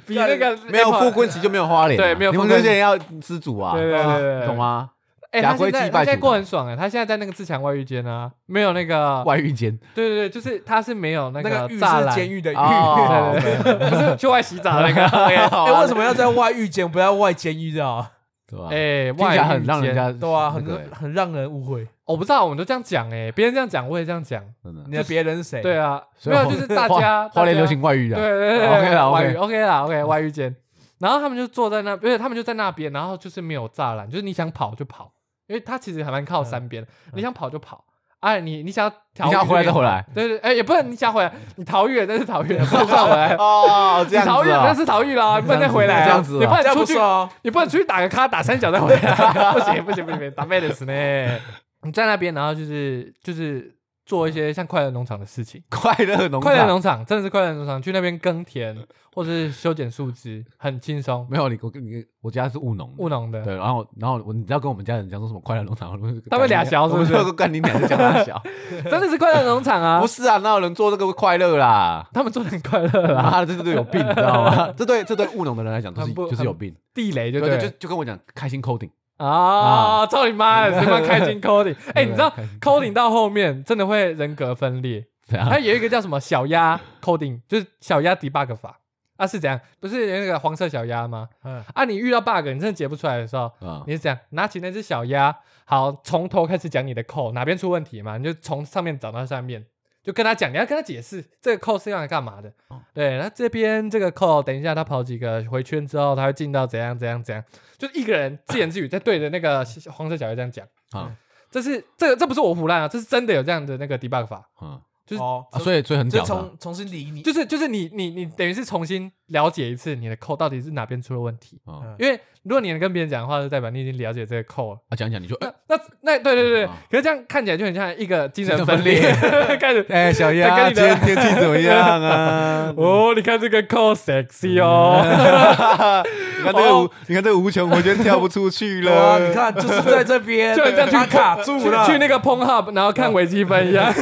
[SPEAKER 1] 比那个
[SPEAKER 2] 没有
[SPEAKER 1] Apple-
[SPEAKER 2] 傅昆奇就没有花脸啊，
[SPEAKER 1] 对没有
[SPEAKER 2] 你
[SPEAKER 1] 傅
[SPEAKER 2] 们
[SPEAKER 1] 昆
[SPEAKER 2] 这些人要知足啊，
[SPEAKER 1] 对对对对对
[SPEAKER 2] 懂吗？
[SPEAKER 1] 哎、
[SPEAKER 2] 假
[SPEAKER 1] 他现
[SPEAKER 2] 规
[SPEAKER 1] 在
[SPEAKER 2] 祭
[SPEAKER 1] 他
[SPEAKER 2] 拜
[SPEAKER 1] 现在
[SPEAKER 2] 主啊
[SPEAKER 1] 过很爽哎、他现在在那个自强外遇间啊，没有那个，
[SPEAKER 2] 外遇间
[SPEAKER 1] 对对对，就是他是没有那
[SPEAKER 3] 那个
[SPEAKER 1] 个
[SPEAKER 3] 狱
[SPEAKER 1] 栅
[SPEAKER 3] 是
[SPEAKER 1] 栏，
[SPEAKER 3] 监狱的狱。
[SPEAKER 2] 哦
[SPEAKER 1] 对对对，不是去外洗澡的那
[SPEAKER 2] <laughs>
[SPEAKER 1] 个，
[SPEAKER 3] <laughs> 哎、为什么要
[SPEAKER 1] 哦
[SPEAKER 3] 在外狱监，不要外监狱
[SPEAKER 1] <laughs>
[SPEAKER 3] 啊？
[SPEAKER 2] 对吧？
[SPEAKER 1] 哎、欸，
[SPEAKER 2] 听
[SPEAKER 1] 外
[SPEAKER 2] 起
[SPEAKER 1] 遇
[SPEAKER 2] 来很让人
[SPEAKER 1] 间
[SPEAKER 2] 家
[SPEAKER 3] 对啊，很
[SPEAKER 2] 那个欸
[SPEAKER 3] 很让人误会。
[SPEAKER 1] 我不知道，我们都这样讲哎、别人这样讲我也这样讲，
[SPEAKER 2] 真的
[SPEAKER 3] 你的别人是谁？
[SPEAKER 1] 对啊，
[SPEAKER 2] 所
[SPEAKER 1] 没
[SPEAKER 2] 以
[SPEAKER 1] 有
[SPEAKER 2] 花
[SPEAKER 1] 就是大家
[SPEAKER 2] 花花
[SPEAKER 1] 大
[SPEAKER 2] 莲
[SPEAKER 1] 家
[SPEAKER 2] 流行外遇啊
[SPEAKER 1] 对
[SPEAKER 2] 的，
[SPEAKER 1] 对对
[SPEAKER 2] OK 啦
[SPEAKER 1] 外
[SPEAKER 2] OK
[SPEAKER 1] 语 OK 啦，OK 外遇间。然后他们就坐在那，而且他们就在那边，然后就是没有栅栏，就是你想跑就跑，因为它其实还蛮靠山边的，你想跑就跑，哎，你你想要逃，
[SPEAKER 2] 嗯你想回来再
[SPEAKER 1] <laughs>
[SPEAKER 2] 回，来
[SPEAKER 1] 对对，哎，也不能你想回来，你逃狱了那是逃
[SPEAKER 2] <laughs>
[SPEAKER 1] 狱了，不能再回来，
[SPEAKER 2] 哦，这
[SPEAKER 1] 你
[SPEAKER 2] 样
[SPEAKER 1] 逃狱
[SPEAKER 2] 子
[SPEAKER 1] 了那
[SPEAKER 2] 啊，
[SPEAKER 1] 是逃狱了，你不能再回来啊，
[SPEAKER 2] 这样子啊
[SPEAKER 1] 你不
[SPEAKER 3] 这
[SPEAKER 1] 能
[SPEAKER 3] 样
[SPEAKER 1] 出
[SPEAKER 3] 不
[SPEAKER 1] 去
[SPEAKER 3] 是，哦。
[SPEAKER 1] 你不能出去打个卡，打三角再回
[SPEAKER 2] <laughs>
[SPEAKER 1] 来，啊不行不行不行，不行打 m e d i c 呢，你在那边，然后就是就是做一些像快乐农场的事情。
[SPEAKER 2] <laughs> 快乐农
[SPEAKER 1] 快乐
[SPEAKER 2] 场
[SPEAKER 1] 农场真的是快乐农场，去那边耕田或者是修剪树枝，很轻松，
[SPEAKER 2] 没有你我跟你我家是务农的
[SPEAKER 1] 务农的。
[SPEAKER 2] 对，然后然后我你知道跟我们家人讲说什么快乐农场，我们
[SPEAKER 1] 他们俩小是不是
[SPEAKER 2] 我们就干你俩就讲他小，
[SPEAKER 1] 真的是快乐农场 <laughs> 啊
[SPEAKER 2] 不！是啊，哪有人做这个快乐啦？
[SPEAKER 1] 他们做的很快乐啦，
[SPEAKER 2] 妈的，这对有病，你知道吗？这对这对务农的人来讲，就是
[SPEAKER 1] 很不
[SPEAKER 2] 就是有病。
[SPEAKER 1] 地雷就
[SPEAKER 2] 对
[SPEAKER 1] 对
[SPEAKER 2] 就
[SPEAKER 1] 了
[SPEAKER 2] 就跟我讲开心 coding，
[SPEAKER 1] 啊！操你妈
[SPEAKER 2] <laughs>
[SPEAKER 1] 的，什么开心 coding？哎，
[SPEAKER 2] 对
[SPEAKER 1] 你知道
[SPEAKER 2] 开心
[SPEAKER 1] coding 到后面真的会人格分裂。
[SPEAKER 2] 对啊
[SPEAKER 1] 它，有一个叫什么小鸭 coding，就是小鸭 debug 法。啊是怎样？不是有那个黄色小鸭吗？
[SPEAKER 3] 嗯，
[SPEAKER 1] 啊，你遇到 bug 你真的解不出来的时候，
[SPEAKER 2] 啊
[SPEAKER 1] 你是这样拿起那只小鸭，好，从头开始讲你的扣哪边出问题嘛，你就从上面找到下面，就跟他讲，你要跟他解释这个扣是用来干嘛的。对，那这边这个扣，等一下他跑几个回圈之后，他会进到怎样怎样怎样，就是一个人自言自语在对着那个黄色小鸭这样讲。
[SPEAKER 2] 啊
[SPEAKER 1] 这是这个这不是我胡乱啊，这是真的有这样的那个 debug 法，
[SPEAKER 2] 啊！
[SPEAKER 1] 就是
[SPEAKER 3] 哦，
[SPEAKER 2] 啊所以所以很
[SPEAKER 3] 就
[SPEAKER 2] 屌的啊，
[SPEAKER 3] 重重新理你，
[SPEAKER 1] 就是就是你你你等于是重新了解一次你的扣到底是哪边出了问题，
[SPEAKER 2] 嗯
[SPEAKER 3] 嗯
[SPEAKER 1] 因为如果你能跟别人讲的话，就代表你已经了解这个扣了。
[SPEAKER 2] 啊，讲一讲你
[SPEAKER 1] <laughs>
[SPEAKER 2] 就哎
[SPEAKER 1] 那那对对对，
[SPEAKER 2] 啊
[SPEAKER 1] 可是这样看起来就很像一个精神
[SPEAKER 2] 精神
[SPEAKER 1] 分
[SPEAKER 2] 分
[SPEAKER 1] 裂
[SPEAKER 2] 裂，
[SPEAKER 1] <laughs> 开
[SPEAKER 3] <laughs>
[SPEAKER 1] 始
[SPEAKER 2] 哎，小
[SPEAKER 1] 再跟你的？
[SPEAKER 2] 天气怎么样啊
[SPEAKER 1] <laughs> 哦，你看这个扣 sexy 哦，
[SPEAKER 3] 嗯
[SPEAKER 2] 你看这个无，你看这个无穷回圈跳不出去
[SPEAKER 3] <laughs> 对啊，你看就是在这边，
[SPEAKER 1] <laughs> 就很像去
[SPEAKER 3] 他卡住
[SPEAKER 1] <laughs> 去
[SPEAKER 3] 了，
[SPEAKER 1] 去那个 p o n hub，然后
[SPEAKER 3] 啊
[SPEAKER 1] 看微积分一样。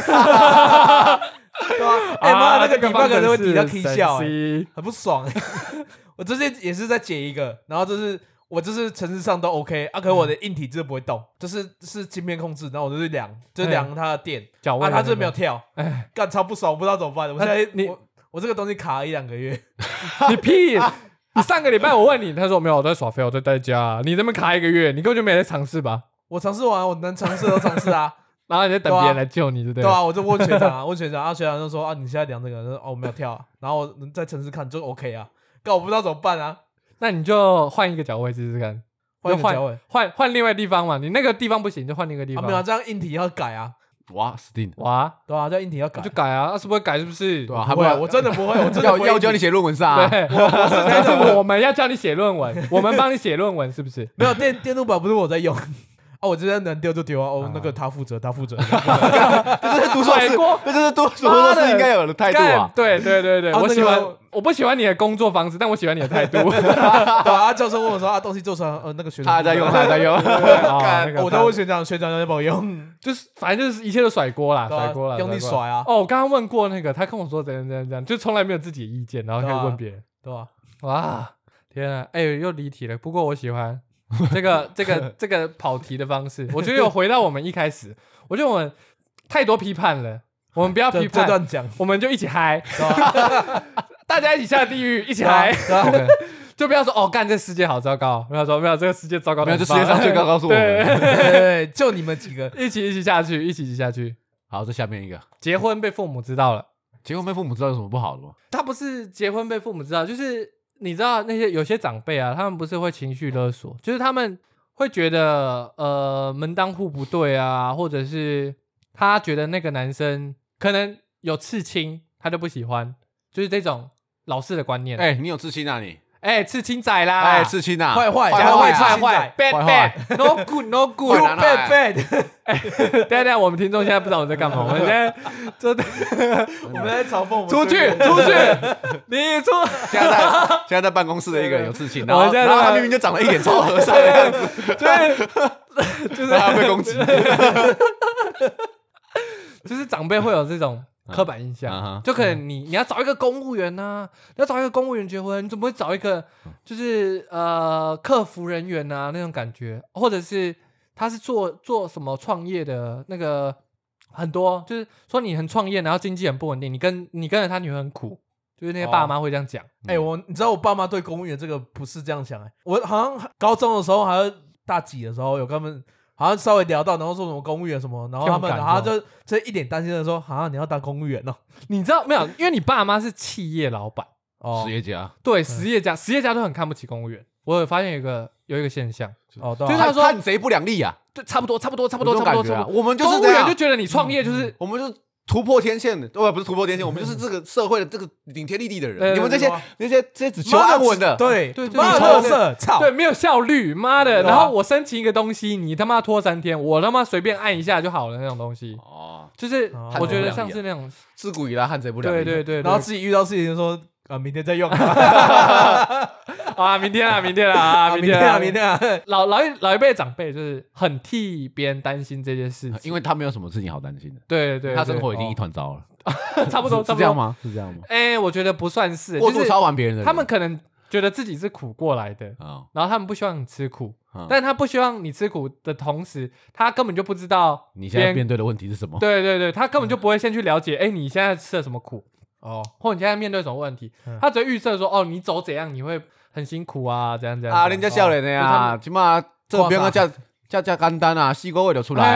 [SPEAKER 1] <laughs>
[SPEAKER 3] 对啊， <laughs> 哎妈，那个 debug 都会抵到 K 笑，哎
[SPEAKER 1] 哎，
[SPEAKER 3] 很不爽。哎 <laughs> 我最近也是在解一个，然后就是我就是程式上都 OK 啊，可是我的硬体就是不会动，就是是晶片控制，然后我就是量，就是
[SPEAKER 1] 嗯
[SPEAKER 3] 量它的电，
[SPEAKER 1] <laughs> 脚位
[SPEAKER 3] 啊，
[SPEAKER 1] 的那
[SPEAKER 3] 它
[SPEAKER 1] 个
[SPEAKER 3] 就是没有跳，
[SPEAKER 1] 哎，
[SPEAKER 3] 干超不爽，我不知道怎么办。我现
[SPEAKER 1] 那
[SPEAKER 3] 在
[SPEAKER 1] 你
[SPEAKER 3] 我我这个东西卡了一两个月，
[SPEAKER 1] 你
[SPEAKER 3] <laughs>
[SPEAKER 1] 屁！
[SPEAKER 3] 啊
[SPEAKER 1] 你上个礼拜我问你，他说没有，我在耍飞，我在在家。你这么卡一个月，你根本就没来尝试吧？
[SPEAKER 3] 我尝试完，我能尝试都尝试啊，
[SPEAKER 1] 然后你在等
[SPEAKER 3] 对啊
[SPEAKER 1] 别人来救你，对不
[SPEAKER 3] 对
[SPEAKER 1] 对？
[SPEAKER 3] 啊，我就问学长啊，问学长，啊，学长就说啊，你现在量这个，我说哦，我没有跳啊，然后我在城市看就 OK 啊，但我不知道怎么办啊，
[SPEAKER 1] 那你就换一个脚位试试看。
[SPEAKER 3] 换一
[SPEAKER 1] 就
[SPEAKER 3] 个
[SPEAKER 1] 换
[SPEAKER 3] 脚位
[SPEAKER 1] 换换另外地方嘛，你那个地方不行就换另一个地
[SPEAKER 3] 啊，
[SPEAKER 1] 方。
[SPEAKER 3] 没有啊这样硬体要改啊，
[SPEAKER 2] 哇，死定了！
[SPEAKER 1] 哇，
[SPEAKER 3] 对啊，这样硬体要改
[SPEAKER 1] 那就。改啊，那是不会改是不是？
[SPEAKER 2] 对吧、还
[SPEAKER 3] 不
[SPEAKER 2] 不
[SPEAKER 3] 会啊，
[SPEAKER 2] 然
[SPEAKER 3] 我真的不会，我真的
[SPEAKER 2] 要
[SPEAKER 3] 不会
[SPEAKER 2] 要
[SPEAKER 3] 硬体
[SPEAKER 2] 教你写论文是啊？
[SPEAKER 3] <laughs>
[SPEAKER 1] 对，但是我们要叫你写论文， <laughs> 我们帮你写论文是不是？
[SPEAKER 3] 没有电电路板不是我在用啊，我这边能丢就丢啊。哦
[SPEAKER 1] 啊，
[SPEAKER 3] 那个他负责，他负责。
[SPEAKER 2] 这是读硕士
[SPEAKER 1] 甩锅，
[SPEAKER 2] 这就是读读硕士应该有的态度
[SPEAKER 1] 干
[SPEAKER 2] 啊！
[SPEAKER 1] 对对对对，
[SPEAKER 3] 啊
[SPEAKER 1] 我喜
[SPEAKER 3] 那
[SPEAKER 1] 欢
[SPEAKER 3] 个，
[SPEAKER 1] 我不喜欢你的工作方式，但我喜欢你的态
[SPEAKER 3] <laughs>
[SPEAKER 1] 度。
[SPEAKER 3] 对啊，教授问我说啊，东西做出来，呃，那个学生
[SPEAKER 2] 他还在用，他还在
[SPEAKER 1] <laughs>
[SPEAKER 2] 用，
[SPEAKER 1] 啊
[SPEAKER 2] 干
[SPEAKER 1] 那个
[SPEAKER 3] 我在问学长，学长在帮我用，
[SPEAKER 1] 就是反正就是一切都甩锅啦，
[SPEAKER 3] 对啊
[SPEAKER 1] 甩锅啦，
[SPEAKER 3] 用力
[SPEAKER 1] 锅啦。
[SPEAKER 3] 甩啊，
[SPEAKER 1] 哦，我刚刚问过那个，他跟我说怎样怎样怎样，就从来没有自己的意见，然后开始问别人。
[SPEAKER 3] 对啊吧？
[SPEAKER 1] 哇，天啊，哎，又离题了。不过我喜
[SPEAKER 3] <laughs>
[SPEAKER 1] 欢这个这个这个跑题的方式，我觉得有回到我们一开始，我觉得我们太多批判了，我们不要
[SPEAKER 3] 这
[SPEAKER 1] 批
[SPEAKER 3] 这
[SPEAKER 1] 判，
[SPEAKER 3] 段讲，
[SPEAKER 1] 我们就一起嗨，
[SPEAKER 3] 对吧？
[SPEAKER 2] 哦
[SPEAKER 1] <laughs> 大家一起下地狱，一起嗨。
[SPEAKER 3] 对
[SPEAKER 1] <laughs>
[SPEAKER 3] 啊，对啊
[SPEAKER 1] 就不要说哦，干这世界好糟糕，不要说没有这个世界糟糕
[SPEAKER 2] 没
[SPEAKER 1] 得
[SPEAKER 2] 有，
[SPEAKER 1] 很
[SPEAKER 2] 这世
[SPEAKER 1] 棒，
[SPEAKER 2] 界上最高高是我们。
[SPEAKER 1] 对，
[SPEAKER 3] 对对对就你们几个，
[SPEAKER 1] 一起一起下去，一起一起下去。
[SPEAKER 2] 好，这下面一个，
[SPEAKER 1] 结婚被父母知道了，
[SPEAKER 2] 结婚被父母知道有什么不好的吗？
[SPEAKER 1] 他不是结婚被父母知道，就是你知道那些有些长辈啊，他们不是会情绪勒索，就是他们会觉得呃门当户不对啊，或者是他觉得那个男生可能有刺青，他就不喜欢，就是这种老式的观念。哎、
[SPEAKER 2] 哎、你有刺青啊你？
[SPEAKER 1] 刺青仔啦，
[SPEAKER 2] 哎、刺青啊，
[SPEAKER 3] 坏坏
[SPEAKER 2] 坏
[SPEAKER 1] 坏
[SPEAKER 2] 坏
[SPEAKER 1] 坏
[SPEAKER 3] 啊
[SPEAKER 2] 坏
[SPEAKER 1] 坏
[SPEAKER 2] 坏坏
[SPEAKER 1] ，bad bad，no good no good，
[SPEAKER 3] You
[SPEAKER 2] 坏男
[SPEAKER 3] bad
[SPEAKER 2] 孩
[SPEAKER 3] bad，
[SPEAKER 1] <laughs> 等一下，我们听众现在不知道我们在干嘛，我们现在真的
[SPEAKER 3] 我们在嘲讽我们
[SPEAKER 1] 出去
[SPEAKER 3] 对面
[SPEAKER 1] 出去，你出，
[SPEAKER 2] 现在在现在在办公室的一个人有刺青，然
[SPEAKER 1] 我
[SPEAKER 2] 后
[SPEAKER 1] 现在
[SPEAKER 2] 然后
[SPEAKER 1] 在
[SPEAKER 2] 他明明就长得一脸超和善的样子，
[SPEAKER 1] 对，
[SPEAKER 2] 就是他被攻击。
[SPEAKER 1] <laughs> 就是长辈会有这种刻板印
[SPEAKER 2] 嗯嗯
[SPEAKER 1] 象
[SPEAKER 2] 哼，
[SPEAKER 1] 就可能你你要找一个公务员呐，你要找一个公务员结婚，你怎么会找一个就是呃客服人员呐那种感觉，或者是他是做做什么创业的那个很多，就是说你很创业，然后经济很不稳定，你跟你跟着他女儿很苦，就是那
[SPEAKER 2] 哦
[SPEAKER 1] 些爸妈会这样讲。
[SPEAKER 3] 哎、我你知道我爸妈对公务员这个不是这样想哎、我好像高中的时候还是大几的时候有跟他们好像稍微聊到，然后说什么公务员什么，然后他们
[SPEAKER 1] 这种感
[SPEAKER 3] 然
[SPEAKER 1] 觉
[SPEAKER 3] 后就就一脸担心的说啊你要当公务员哦，
[SPEAKER 1] 你知道没有？因为你爸妈是企业老板，
[SPEAKER 3] 哦
[SPEAKER 2] 实业家，
[SPEAKER 1] 对实业家，实业家都很看不起公务员。我有发现有一个有一个现象，
[SPEAKER 3] 哦对、啊，
[SPEAKER 1] 就是
[SPEAKER 2] 他
[SPEAKER 1] 他说
[SPEAKER 2] 看贼不两立啊，
[SPEAKER 1] 对，差不多，差不多，差不
[SPEAKER 2] 有
[SPEAKER 1] 多，
[SPEAKER 2] 这
[SPEAKER 1] 差
[SPEAKER 2] 种
[SPEAKER 1] 不多，
[SPEAKER 2] 感觉
[SPEAKER 1] 差
[SPEAKER 2] 啊。
[SPEAKER 1] 不多。
[SPEAKER 2] 我们就
[SPEAKER 1] 公
[SPEAKER 2] 是
[SPEAKER 1] 务
[SPEAKER 2] 这
[SPEAKER 1] 员就
[SPEAKER 2] 样，
[SPEAKER 1] 觉得你创业就是，
[SPEAKER 2] 我们就是突破天线的，哦，不是突破天线，我们就是这个社会的这个顶天立地的
[SPEAKER 1] 对对
[SPEAKER 2] 人。你们这些
[SPEAKER 3] 对
[SPEAKER 2] 那些这些只求
[SPEAKER 3] 妈的
[SPEAKER 2] 安稳的，
[SPEAKER 3] 对
[SPEAKER 1] 对对
[SPEAKER 3] 妈的
[SPEAKER 1] 对
[SPEAKER 3] 垃圾，操，
[SPEAKER 1] 对，没有效率，妈的！
[SPEAKER 3] 对啊
[SPEAKER 1] 然后我申请一个东西，你他妈拖三天，我他妈随便按一下就好了那种东西，
[SPEAKER 2] 哦，
[SPEAKER 1] 就是
[SPEAKER 3] 哦
[SPEAKER 1] 我觉得像是那种，
[SPEAKER 2] 自古以来汉贼不两立。
[SPEAKER 1] 对对对，对
[SPEAKER 3] 然后自己遇到事情就说啊明天再用啊，
[SPEAKER 1] 啊，明天啊，明
[SPEAKER 2] <laughs>
[SPEAKER 1] 天啊啊，
[SPEAKER 3] 啊明天啊明。天啊，
[SPEAKER 1] 老老一老一辈长辈就是很替别人担心这件事情，
[SPEAKER 2] 因为他没有什么事情好担心的，
[SPEAKER 1] 对对，对
[SPEAKER 2] 他生活已经一团糟了，
[SPEAKER 1] <laughs> 差不多，
[SPEAKER 2] 是
[SPEAKER 1] 差
[SPEAKER 2] 是
[SPEAKER 1] 不
[SPEAKER 2] 这
[SPEAKER 1] 多。
[SPEAKER 2] 样吗？是这样吗？
[SPEAKER 1] 哎，我觉得不算是，
[SPEAKER 2] 过
[SPEAKER 1] 就
[SPEAKER 2] 度
[SPEAKER 1] 是
[SPEAKER 2] 操玩别人的人，
[SPEAKER 1] 他们可能觉得自己是苦过来的，
[SPEAKER 2] 啊，
[SPEAKER 1] 然后他们不希望你吃苦，
[SPEAKER 2] 嗯
[SPEAKER 1] 但他不希望你吃苦的同时，他根本就不知道
[SPEAKER 2] 你现在
[SPEAKER 1] 别人
[SPEAKER 2] 面对的问题是什么？
[SPEAKER 1] 对对对，他根本就不会先去了解，哎、你现在吃了什么苦，
[SPEAKER 3] 哦
[SPEAKER 1] 或者你现在面对什么问题，
[SPEAKER 3] 嗯
[SPEAKER 1] 他只会预设说，哦，你走怎样，你会很辛苦啊，怎样怎样哦
[SPEAKER 2] 啊，人家笑脸的
[SPEAKER 1] 就他
[SPEAKER 2] 呀，起码这边个叫叫叫简单啊，四个月就出来
[SPEAKER 1] 哎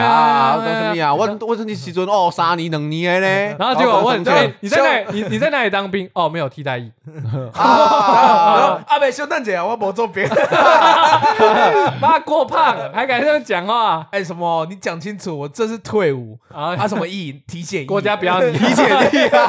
[SPEAKER 1] 呀
[SPEAKER 2] 啊，讲什么
[SPEAKER 1] 哎呀
[SPEAKER 2] 啊？我我这时阵哦，三年两年的呢，
[SPEAKER 1] <laughs>
[SPEAKER 2] 哦
[SPEAKER 1] 然后结果问，
[SPEAKER 2] 搞
[SPEAKER 1] 哎、
[SPEAKER 2] 什么
[SPEAKER 1] 你在哪里？你你在哪里当兵？哦，没有替代役，
[SPEAKER 3] 然
[SPEAKER 2] 啊
[SPEAKER 3] 后阿北圣诞节啊我没做别的，
[SPEAKER 1] 妈过胖还敢这样讲话
[SPEAKER 3] 哎、什么你讲清楚，我这是退伍
[SPEAKER 1] 啊
[SPEAKER 3] 啊？什么役体检役
[SPEAKER 1] 国家不要
[SPEAKER 3] <laughs>
[SPEAKER 1] 你，
[SPEAKER 2] 理解力啊，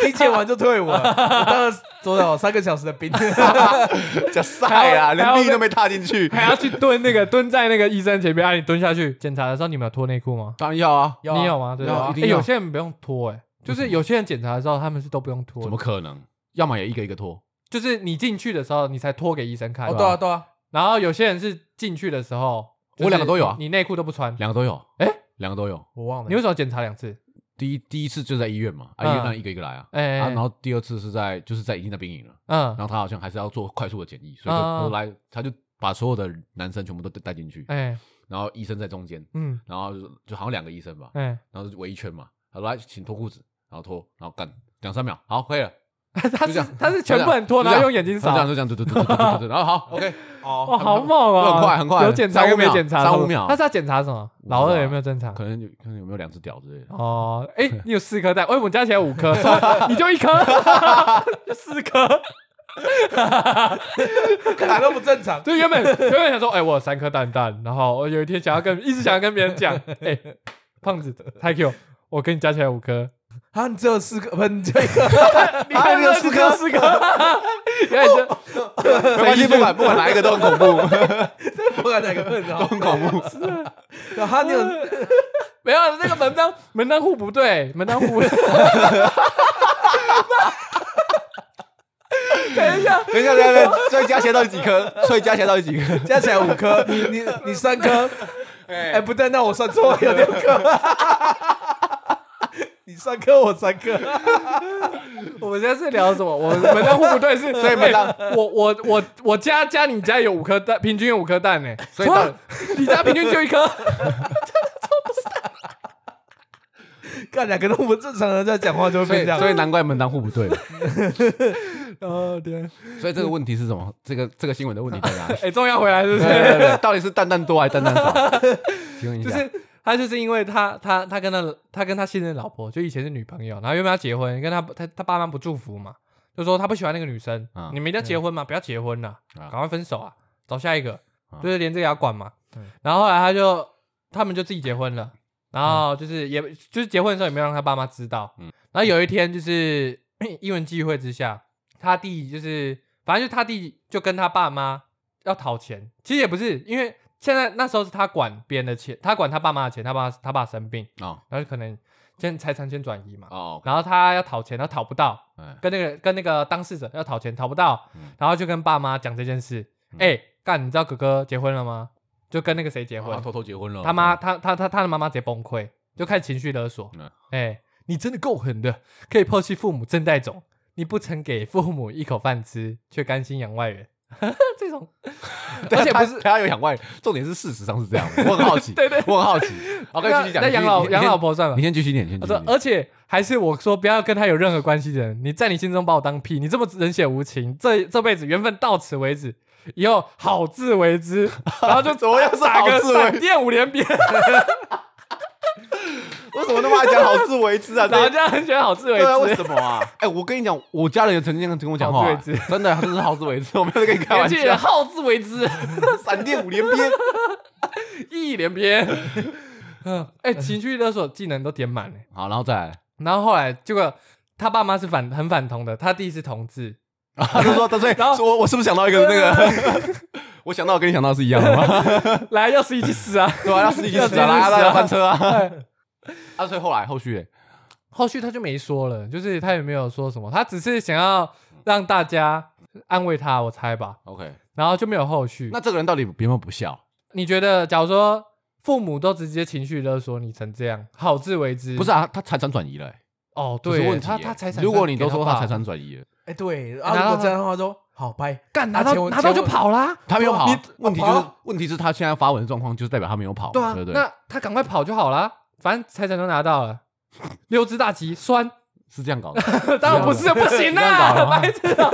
[SPEAKER 3] 体检完就退伍了，我当了多少三个小时的兵。
[SPEAKER 2] 假晒啊，
[SPEAKER 1] 还要
[SPEAKER 2] 连地都没踏进去。
[SPEAKER 1] 还要去蹲那个蹲在那个医生前面，啊，你蹲下去检查的时候，你们有脱内裤吗？
[SPEAKER 2] 当然要啊，
[SPEAKER 3] 要
[SPEAKER 1] 你有吗？对
[SPEAKER 2] 有啊
[SPEAKER 1] 吧？
[SPEAKER 2] 一定
[SPEAKER 1] 哎
[SPEAKER 2] 要
[SPEAKER 1] 有些人不用脱，哎，就是有些人检查的时候，他们是都不用脱的
[SPEAKER 2] 怎么，可能？要么也一个一个脱，
[SPEAKER 1] 就是你进去的时候，你才脱给医生看。
[SPEAKER 3] 哦，
[SPEAKER 1] 吧
[SPEAKER 3] 对啊，对啊，
[SPEAKER 1] 然后有些人是进去的时候，就是
[SPEAKER 2] 我两个都有啊
[SPEAKER 1] 你你内裤都不穿，
[SPEAKER 2] 两个都有。
[SPEAKER 1] 哎，
[SPEAKER 2] 两个都有。
[SPEAKER 3] 我忘了
[SPEAKER 1] 你为什么检查两次？
[SPEAKER 2] 第一第一次就在医院嘛，啊，
[SPEAKER 1] 嗯
[SPEAKER 2] 医院那一个一个来啊。
[SPEAKER 1] 哎
[SPEAKER 2] 啊，然后第二次是在就是在已经在兵营了，
[SPEAKER 1] 嗯
[SPEAKER 2] 然，后他好像还是要做快速的检疫，所以
[SPEAKER 1] 嗯
[SPEAKER 2] 就都来，他就把所有的男生全部都带进去，
[SPEAKER 1] 哎，
[SPEAKER 2] 然后医生在中间，
[SPEAKER 1] 嗯，
[SPEAKER 2] 然后就就好像两个医生吧，
[SPEAKER 1] 哎， <laughs>
[SPEAKER 2] 然后就围一圈嘛，他说来，请脱裤子，然后脱，然后干两三秒，好，可以了，
[SPEAKER 1] 他
[SPEAKER 2] 就是这样
[SPEAKER 1] 他是全部很脱，
[SPEAKER 2] 就这
[SPEAKER 1] 然
[SPEAKER 2] 样
[SPEAKER 1] 后用眼睛
[SPEAKER 2] 就这样
[SPEAKER 1] 扫，
[SPEAKER 2] 就这样，对对对对对对对，然后好，OK，
[SPEAKER 1] 哦，
[SPEAKER 3] 哦，
[SPEAKER 1] 好猛啊，
[SPEAKER 2] 很快很快
[SPEAKER 1] 有检查
[SPEAKER 2] 三五
[SPEAKER 1] 跟没
[SPEAKER 2] 秒
[SPEAKER 1] 检查，
[SPEAKER 2] 三五秒
[SPEAKER 1] 他是要检查什么？老二有没有正常？
[SPEAKER 2] 啊可能有可能有没有两只屌之类
[SPEAKER 1] <laughs>
[SPEAKER 2] 的，
[SPEAKER 1] 哦，
[SPEAKER 2] <laughs>
[SPEAKER 1] <laughs> 哎，你有四颗蛋，哎，我们加起来五颗，算了你就一颗，就四颗，
[SPEAKER 3] 哪哦都不正常。
[SPEAKER 1] 就原本原本想说，哎、我有三颗蛋蛋，然后我有一天想要跟一直想要跟别人讲，哎、胖子太 Q，我跟你加起来五颗，
[SPEAKER 3] 啊，你只有四个，不，你只有一个，
[SPEAKER 1] 你看
[SPEAKER 2] 你有四颗
[SPEAKER 1] 啊四颗，原来你这
[SPEAKER 2] 没关系，不管不管哪一个都很恐怖，
[SPEAKER 3] 不管哪个笨
[SPEAKER 2] 都
[SPEAKER 3] 哦。
[SPEAKER 2] <laughs>
[SPEAKER 3] 啊
[SPEAKER 2] 很恐怖。
[SPEAKER 3] 然后他那个
[SPEAKER 1] 没有啊那个门当门当户不对，门当户。等一下，
[SPEAKER 2] 等一下，等一下，所以加起来到底几颗？所以加起来到底几颗？
[SPEAKER 3] 加起来五颗，你你你三颗，哎、不对，那我算错了，有六颗。 <laughs> 你三颗，我三颗，
[SPEAKER 1] <laughs> 我们现在是聊什么？我门当户不 <laughs> 对是，所哎
[SPEAKER 2] 以门当
[SPEAKER 1] 我我我我家加你家有五颗蛋，平均有五颗蛋呢， <laughs>
[SPEAKER 2] 所以
[SPEAKER 1] 什么
[SPEAKER 2] 到
[SPEAKER 1] 你家平均就一 <laughs> 颗，
[SPEAKER 3] 看两个都不正常人在讲话就会
[SPEAKER 2] 所
[SPEAKER 3] 变
[SPEAKER 2] 以
[SPEAKER 3] 这样。
[SPEAKER 2] 所以难怪门当户不对。
[SPEAKER 1] 哦天，
[SPEAKER 2] 所以这个问题是什么？这个这个新闻的问题在
[SPEAKER 1] <laughs>
[SPEAKER 2] 哪里？
[SPEAKER 1] 哎，终于要回来是不
[SPEAKER 2] 对
[SPEAKER 1] 是？
[SPEAKER 2] 对对，到底是蛋蛋多还是蛋蛋少？请问一
[SPEAKER 1] 就
[SPEAKER 2] 下，
[SPEAKER 1] 是他就是因为他他他跟他他跟他现任老婆就以前是女朋友，然后原本要结婚，跟他他他爸妈不祝福嘛，就说他不喜欢那个女生，
[SPEAKER 2] 啊
[SPEAKER 1] 你们一定要结婚嘛，不要结婚啦，
[SPEAKER 2] 啊
[SPEAKER 1] 赶快分手啊，找下一个，
[SPEAKER 2] 啊
[SPEAKER 1] 就是连这个也要管嘛。然后后来他就他们就自己结婚
[SPEAKER 2] 嗯
[SPEAKER 1] 了，然后就是也就是结婚的时候也没有让他爸妈知道，
[SPEAKER 2] 嗯
[SPEAKER 1] 然后有一天就是 <clears throat> 因缘际会之下，他弟就是反正就他弟就跟他爸妈要讨钱，其实也不是，因为现在那时候是他管别人的钱，他管他爸妈的钱，他爸他爸生病，
[SPEAKER 2] 哦
[SPEAKER 1] 然后就可能先财产先转移嘛，
[SPEAKER 2] 哦，
[SPEAKER 1] 然后他要讨钱，他讨不到，
[SPEAKER 2] 哎
[SPEAKER 1] 跟那个跟那个当事者要讨钱讨不到
[SPEAKER 2] 嗯，
[SPEAKER 1] 然后就跟爸妈讲这件事，
[SPEAKER 2] 嗯
[SPEAKER 1] 哎、干，你知道哥哥结婚了吗？就跟那个谁结婚，
[SPEAKER 2] 偷偷结婚了
[SPEAKER 1] 他妈，他他他他的妈妈直接崩溃，就开始情绪勒索。哎、
[SPEAKER 2] 哦嗯
[SPEAKER 1] 你真的够狠的，可以抛弃父母正带种，你不曾给父母一口饭吃，却甘心养外人， <laughs> 这种， <laughs> 而且不是。
[SPEAKER 2] 是他有养外，重点是事实上是这样。我很好
[SPEAKER 1] <laughs>
[SPEAKER 2] 奇，
[SPEAKER 1] 对对
[SPEAKER 2] 我很好奇。我跟你继续讲，
[SPEAKER 1] 那养老
[SPEAKER 2] 你先
[SPEAKER 1] 养老，婆啊算了
[SPEAKER 2] 你。先继续念，你先
[SPEAKER 1] 他
[SPEAKER 2] 继
[SPEAKER 1] 说
[SPEAKER 2] 续，念。
[SPEAKER 1] 而且还是我说不要跟他有任何关系的人，你在你心中把我当屁，你这么冷血无情，这这辈子缘分到此为止，以后好自为之。然后就
[SPEAKER 2] <laughs> 怎么样是
[SPEAKER 1] 打
[SPEAKER 2] 好
[SPEAKER 1] 个
[SPEAKER 2] 自为
[SPEAKER 1] 闪电五连鞭，
[SPEAKER 2] 为什么那么爱讲好自为之啊？
[SPEAKER 1] 呃 <laughs> 然后
[SPEAKER 2] <laughs> 对
[SPEAKER 1] 这样很喜欢好自为
[SPEAKER 2] 对啊，为
[SPEAKER 1] 之。
[SPEAKER 2] 什么啊？哎，我跟你讲，我家人也曾经这样跟我讲话
[SPEAKER 1] 好
[SPEAKER 2] 啊
[SPEAKER 1] 自为，
[SPEAKER 2] 真的，他真的是好自为之，我没有在跟你开
[SPEAKER 1] 年
[SPEAKER 2] 玩
[SPEAKER 1] 轻人
[SPEAKER 2] 笑。
[SPEAKER 1] 好自为之，
[SPEAKER 2] 闪电五
[SPEAKER 1] <laughs>
[SPEAKER 2] 连鞭，
[SPEAKER 1] 一连鞭。 <laughs> 嗯，
[SPEAKER 2] <laughs>
[SPEAKER 1] 哎、情绪勒索技能都点满了。
[SPEAKER 2] 好，然后
[SPEAKER 1] <laughs>
[SPEAKER 2] 再来。
[SPEAKER 1] 然后后来结果他爸妈是反很反同的，他弟是同志， <laughs>
[SPEAKER 2] 啊他就说，他说，
[SPEAKER 1] 然后
[SPEAKER 2] 说我我是不是想到一个那个？ <laughs> 我想到跟你想到是一样的吗？ <laughs>
[SPEAKER 1] 来要死一起死啊！
[SPEAKER 2] 对啊，要司机死啊，
[SPEAKER 1] 要
[SPEAKER 2] 来
[SPEAKER 1] 司机去死啊
[SPEAKER 2] 来来翻车啊！ <laughs>
[SPEAKER 1] 哎
[SPEAKER 2] 啊，所以后来后续嘞，
[SPEAKER 1] 后续他就没说了，就是他也没有说什么，他只是想要让大家安慰他，我猜吧，
[SPEAKER 2] OK，
[SPEAKER 1] 然后就没有后续。
[SPEAKER 2] 那这个人到底有没有不孝？
[SPEAKER 1] 你觉得，假如说父母都直接情绪勒索你成这样，好自为之，
[SPEAKER 2] 不是啊，他财产转移了欸，
[SPEAKER 1] 哦，
[SPEAKER 2] 这是
[SPEAKER 1] 对耶，
[SPEAKER 2] 问题
[SPEAKER 1] 他
[SPEAKER 2] 耶
[SPEAKER 1] 他财产，
[SPEAKER 2] 如果你都说他财
[SPEAKER 1] 产
[SPEAKER 2] 产转移了，
[SPEAKER 3] 哎、对，然
[SPEAKER 1] 哎拿
[SPEAKER 3] 后
[SPEAKER 1] 到
[SPEAKER 3] 我这样的话说，好拍，
[SPEAKER 1] 干拿
[SPEAKER 3] 啊钱
[SPEAKER 1] 到
[SPEAKER 3] 我
[SPEAKER 1] 拿到就。
[SPEAKER 3] 钱我
[SPEAKER 1] 跑啦，
[SPEAKER 2] 他没有跑啊
[SPEAKER 3] 你，
[SPEAKER 2] 问题就是
[SPEAKER 3] 啊
[SPEAKER 2] 问题是他现在发文的状况，就是代表他没有跑嘛，
[SPEAKER 3] 对啊
[SPEAKER 2] 对不对？
[SPEAKER 1] 那他赶快跑就好啦，反正财产都拿到
[SPEAKER 2] <laughs>
[SPEAKER 1] 了，六只大吉酸，
[SPEAKER 2] 是这样搞的，
[SPEAKER 1] 当然不是，不行
[SPEAKER 2] 这样搞
[SPEAKER 1] 啦，
[SPEAKER 2] 的吗
[SPEAKER 1] 白痴啊，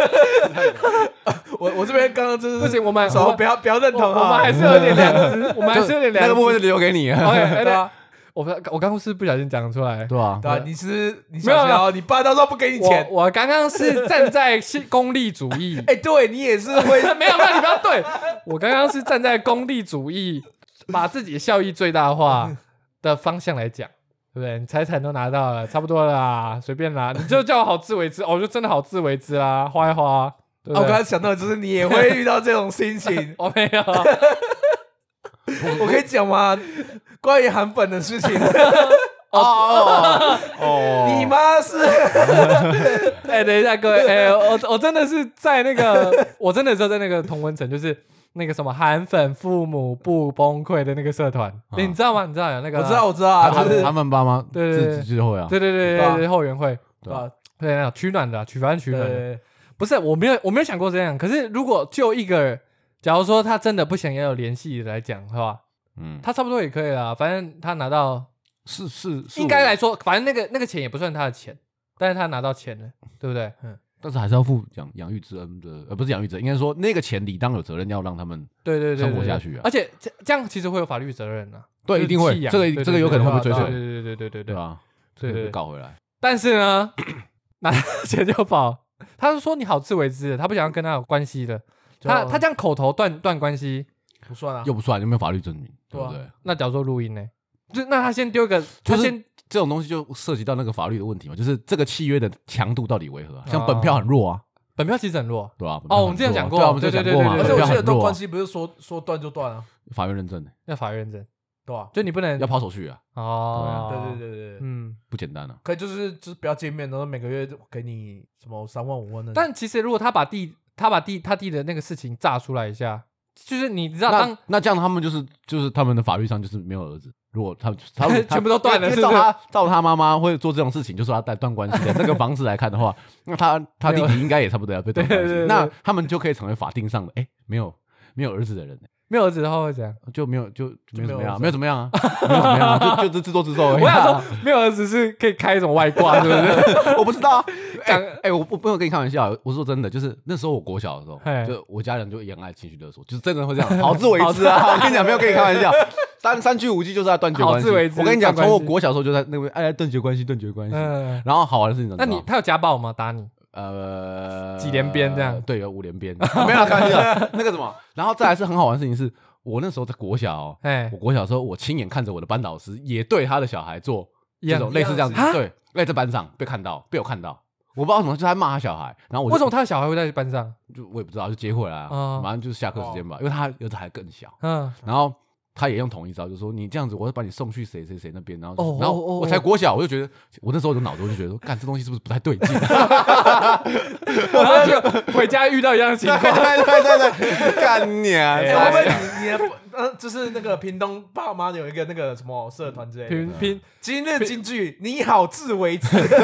[SPEAKER 3] 我我这边刚刚就是
[SPEAKER 1] 不行，我们
[SPEAKER 3] 说不要不要认
[SPEAKER 1] 我
[SPEAKER 3] 同
[SPEAKER 1] 我们
[SPEAKER 3] 啊
[SPEAKER 1] 还，是有点良
[SPEAKER 2] <laughs>
[SPEAKER 1] 知，我们还是有点良知
[SPEAKER 2] 那个部分就留给你， <laughs>
[SPEAKER 1] OK，哎
[SPEAKER 3] 对啊，
[SPEAKER 1] 我不我刚刚是不小心讲出来，
[SPEAKER 2] 对啊，
[SPEAKER 3] 对啊，你是你
[SPEAKER 1] 没有
[SPEAKER 3] 小
[SPEAKER 1] 没
[SPEAKER 3] 心
[SPEAKER 1] 有
[SPEAKER 3] 哦，你爸到时候不给你
[SPEAKER 1] 我
[SPEAKER 3] 钱，
[SPEAKER 1] 我刚刚是站在是功利主义，
[SPEAKER 3] 哎、对你也是
[SPEAKER 1] <laughs>
[SPEAKER 3] 会啊
[SPEAKER 1] 没有没有，你不要对我刚刚是站在功利主义，把自己的效益最大化的方向来讲。对不对？你财产都拿到了，差不多啦，随便啦，你就叫我好自为之，哦，我就真的好自为之啦，花一花，对
[SPEAKER 3] 啊
[SPEAKER 1] 不
[SPEAKER 3] 我刚
[SPEAKER 1] 对？。
[SPEAKER 3] 刚想到，就是你也会遇到这种心
[SPEAKER 1] <laughs>
[SPEAKER 3] 情
[SPEAKER 1] 我没有，
[SPEAKER 3] 我可以讲吗？关于韩粉的事情，
[SPEAKER 2] 哦哦哦，
[SPEAKER 3] 你妈是
[SPEAKER 1] 哎、等一下，各位，哎、我我真的是在那个，我真的就在那个同温层，就是那个什么韩粉父母不崩溃的那个社团、
[SPEAKER 2] 啊
[SPEAKER 1] 欸你知道吗？你知道有那个？
[SPEAKER 3] 嗯我知道，我知道
[SPEAKER 2] 他
[SPEAKER 3] 啊，
[SPEAKER 2] 他
[SPEAKER 3] 就是
[SPEAKER 2] 们他们爸妈
[SPEAKER 1] 对对对
[SPEAKER 2] 自己就会啊，
[SPEAKER 1] 对对对对
[SPEAKER 3] 对啊
[SPEAKER 1] 对对，后援会，
[SPEAKER 3] 对吧？
[SPEAKER 1] 对，那种取暖的啊，取反正取
[SPEAKER 3] 对
[SPEAKER 1] 暖的，
[SPEAKER 3] 对
[SPEAKER 1] 不是，我没有我没有想过这样。可是如果就一个，假如说他真的不想要有联系来讲的话，
[SPEAKER 2] 嗯，
[SPEAKER 1] 他差不多也可以啦，反正他拿到，
[SPEAKER 2] 是是是
[SPEAKER 1] 应该来，说，反正那个那个钱也不算他的钱，但是他拿到钱了，对不对？
[SPEAKER 2] 但是还是要负养养育之恩的，呃，不是养育之恩，应该说那个钱理当有责任要让他们
[SPEAKER 1] 对对对对，
[SPEAKER 2] 生活
[SPEAKER 1] 对
[SPEAKER 2] 下去啊
[SPEAKER 1] 而且这这样其实会有法律责任啊。
[SPEAKER 2] 对
[SPEAKER 1] 就是
[SPEAKER 2] 一定会
[SPEAKER 1] 弃养
[SPEAKER 2] 这
[SPEAKER 1] 对对
[SPEAKER 2] 个这个有可能会被追
[SPEAKER 1] 对对
[SPEAKER 2] 税，
[SPEAKER 1] 对对对对对。
[SPEAKER 2] 对啊吧？
[SPEAKER 1] 对对
[SPEAKER 2] 这个
[SPEAKER 1] 对
[SPEAKER 2] 搞回来，
[SPEAKER 1] 但是呢，拿到钱就跑，他是说你好自为之的，他不想要跟他有关系的，
[SPEAKER 3] 就
[SPEAKER 1] 他他这样口头断断关系，
[SPEAKER 3] 不算啊，
[SPEAKER 2] 又不算，又没有法律证明，对
[SPEAKER 3] 对啊
[SPEAKER 2] 不对？
[SPEAKER 1] 那假如说录音呢？就那他先丢一个，
[SPEAKER 2] 就
[SPEAKER 1] 他
[SPEAKER 2] 是
[SPEAKER 1] 先
[SPEAKER 2] 这种东西就涉及到那个法律的问题嘛，就是这个契约的强度到底为何啊？像本票很弱啊，
[SPEAKER 1] 本票其实很弱，
[SPEAKER 2] 对吧、
[SPEAKER 1] 哦我们之前讲过
[SPEAKER 2] 对啊，我们之前讲过嘛，
[SPEAKER 1] 对
[SPEAKER 3] 而
[SPEAKER 1] 对
[SPEAKER 3] 且
[SPEAKER 1] 对
[SPEAKER 2] 本
[SPEAKER 3] 我
[SPEAKER 2] 票
[SPEAKER 3] 记得
[SPEAKER 2] 很
[SPEAKER 3] 断
[SPEAKER 2] 弱啊
[SPEAKER 3] 关，系不是说说断就断啊，
[SPEAKER 2] 法院认证的，
[SPEAKER 1] 要法院证，
[SPEAKER 3] 对吧？
[SPEAKER 1] 就你不能
[SPEAKER 2] 要跑手续啊，
[SPEAKER 1] 哦，
[SPEAKER 3] 对对对对对，
[SPEAKER 1] 嗯。
[SPEAKER 2] 不简单啊。
[SPEAKER 3] 可以就是就是不要见面，然后每个月给你什么三万五万的，
[SPEAKER 1] 但其实如果他把弟他把弟他弟的那个事情炸出来一下，就是你知道当
[SPEAKER 2] 那那这样他们就是就是他们的法律上就是没有儿子。如果他们他
[SPEAKER 1] <laughs>
[SPEAKER 2] 们
[SPEAKER 1] 全部都断了
[SPEAKER 2] 因为
[SPEAKER 1] 是不
[SPEAKER 2] 照
[SPEAKER 1] 是
[SPEAKER 2] 他照他妈妈会做这种事情，就说他断断关
[SPEAKER 1] <laughs>
[SPEAKER 2] 系的那个方式来看的话，那他他弟弟应该也差不多要被断关系
[SPEAKER 1] 对对对。
[SPEAKER 2] 那他们就可以成为法定上的哎没有没有儿子的人，
[SPEAKER 1] 没有儿子的话会怎样？
[SPEAKER 2] 就没有就没有怎么样啊，
[SPEAKER 3] 没
[SPEAKER 2] 没有怎么样啊，没有怎么样啊，就 <laughs> 就是自作自受而
[SPEAKER 1] 我
[SPEAKER 2] 已
[SPEAKER 1] 想
[SPEAKER 2] 啊。
[SPEAKER 1] 说没有儿子是可以开一种外挂，是不
[SPEAKER 2] <laughs>
[SPEAKER 1] 是？
[SPEAKER 2] 我不
[SPEAKER 1] <laughs>
[SPEAKER 2] 知道啊，
[SPEAKER 1] 讲
[SPEAKER 2] 哎哎，我我不能跟你开玩笑，我说真的，就是那时候我国小的时候
[SPEAKER 1] 嘿，
[SPEAKER 2] 就我家人就也很爱情绪勒索，就是真的会这样，好自为之啊！我跟你讲，没有跟你
[SPEAKER 1] <laughs>
[SPEAKER 2] 开玩笑，三三句五句就是在断绝
[SPEAKER 1] 好
[SPEAKER 2] 关系。
[SPEAKER 1] 自为之
[SPEAKER 2] 我跟你讲，
[SPEAKER 1] 断关
[SPEAKER 2] 从
[SPEAKER 1] 系
[SPEAKER 2] 我国小的时候就在那边哎断绝关系，断绝关系。
[SPEAKER 1] 嗯，
[SPEAKER 2] 然后好玩的事情，
[SPEAKER 1] 那你他有家暴吗？打你？
[SPEAKER 2] 呃
[SPEAKER 1] 几连鞭这样
[SPEAKER 2] 对，有五连鞭，没有开玩笑，那个什么，然后再来是很好玩的事情是，我那时候在国小哦，
[SPEAKER 1] 哎
[SPEAKER 2] 我，国小的时候，我亲眼看着我的班导师也对他的小孩做
[SPEAKER 1] 一
[SPEAKER 2] 这
[SPEAKER 1] 样
[SPEAKER 2] 种类似这样子
[SPEAKER 1] 一样，的
[SPEAKER 2] 对，类似班上被看到，被我看到，我不知道为什么，就是他骂他小孩，然后我就
[SPEAKER 1] 为什么他的小孩会在班上？
[SPEAKER 2] 就我也不知道，就接回来啊
[SPEAKER 1] 哦，
[SPEAKER 2] 马上就是下课时间吧，因为他儿子还更小， <laughs>
[SPEAKER 1] 嗯，
[SPEAKER 2] 然后。他也用同一招，就说你这样子，我要把你送去谁谁谁那边，然后就
[SPEAKER 1] 哦
[SPEAKER 2] 然后
[SPEAKER 1] 哦哦
[SPEAKER 2] 我才国小，我就觉得我那时候的脑子我就觉得说，干这东西是不是不太对劲？啊
[SPEAKER 1] <laughs> 然后就回家遇到一样的情况，
[SPEAKER 2] <laughs> 对对对，干你啊！
[SPEAKER 3] 哎
[SPEAKER 1] 对
[SPEAKER 3] 会
[SPEAKER 1] 啊
[SPEAKER 3] 不会你你的呃，就是那个屏东爸妈有一个那个什么社团之类的，
[SPEAKER 1] 平
[SPEAKER 2] 啊
[SPEAKER 1] 平
[SPEAKER 3] 今日金句，你好自为之，
[SPEAKER 2] <laughs>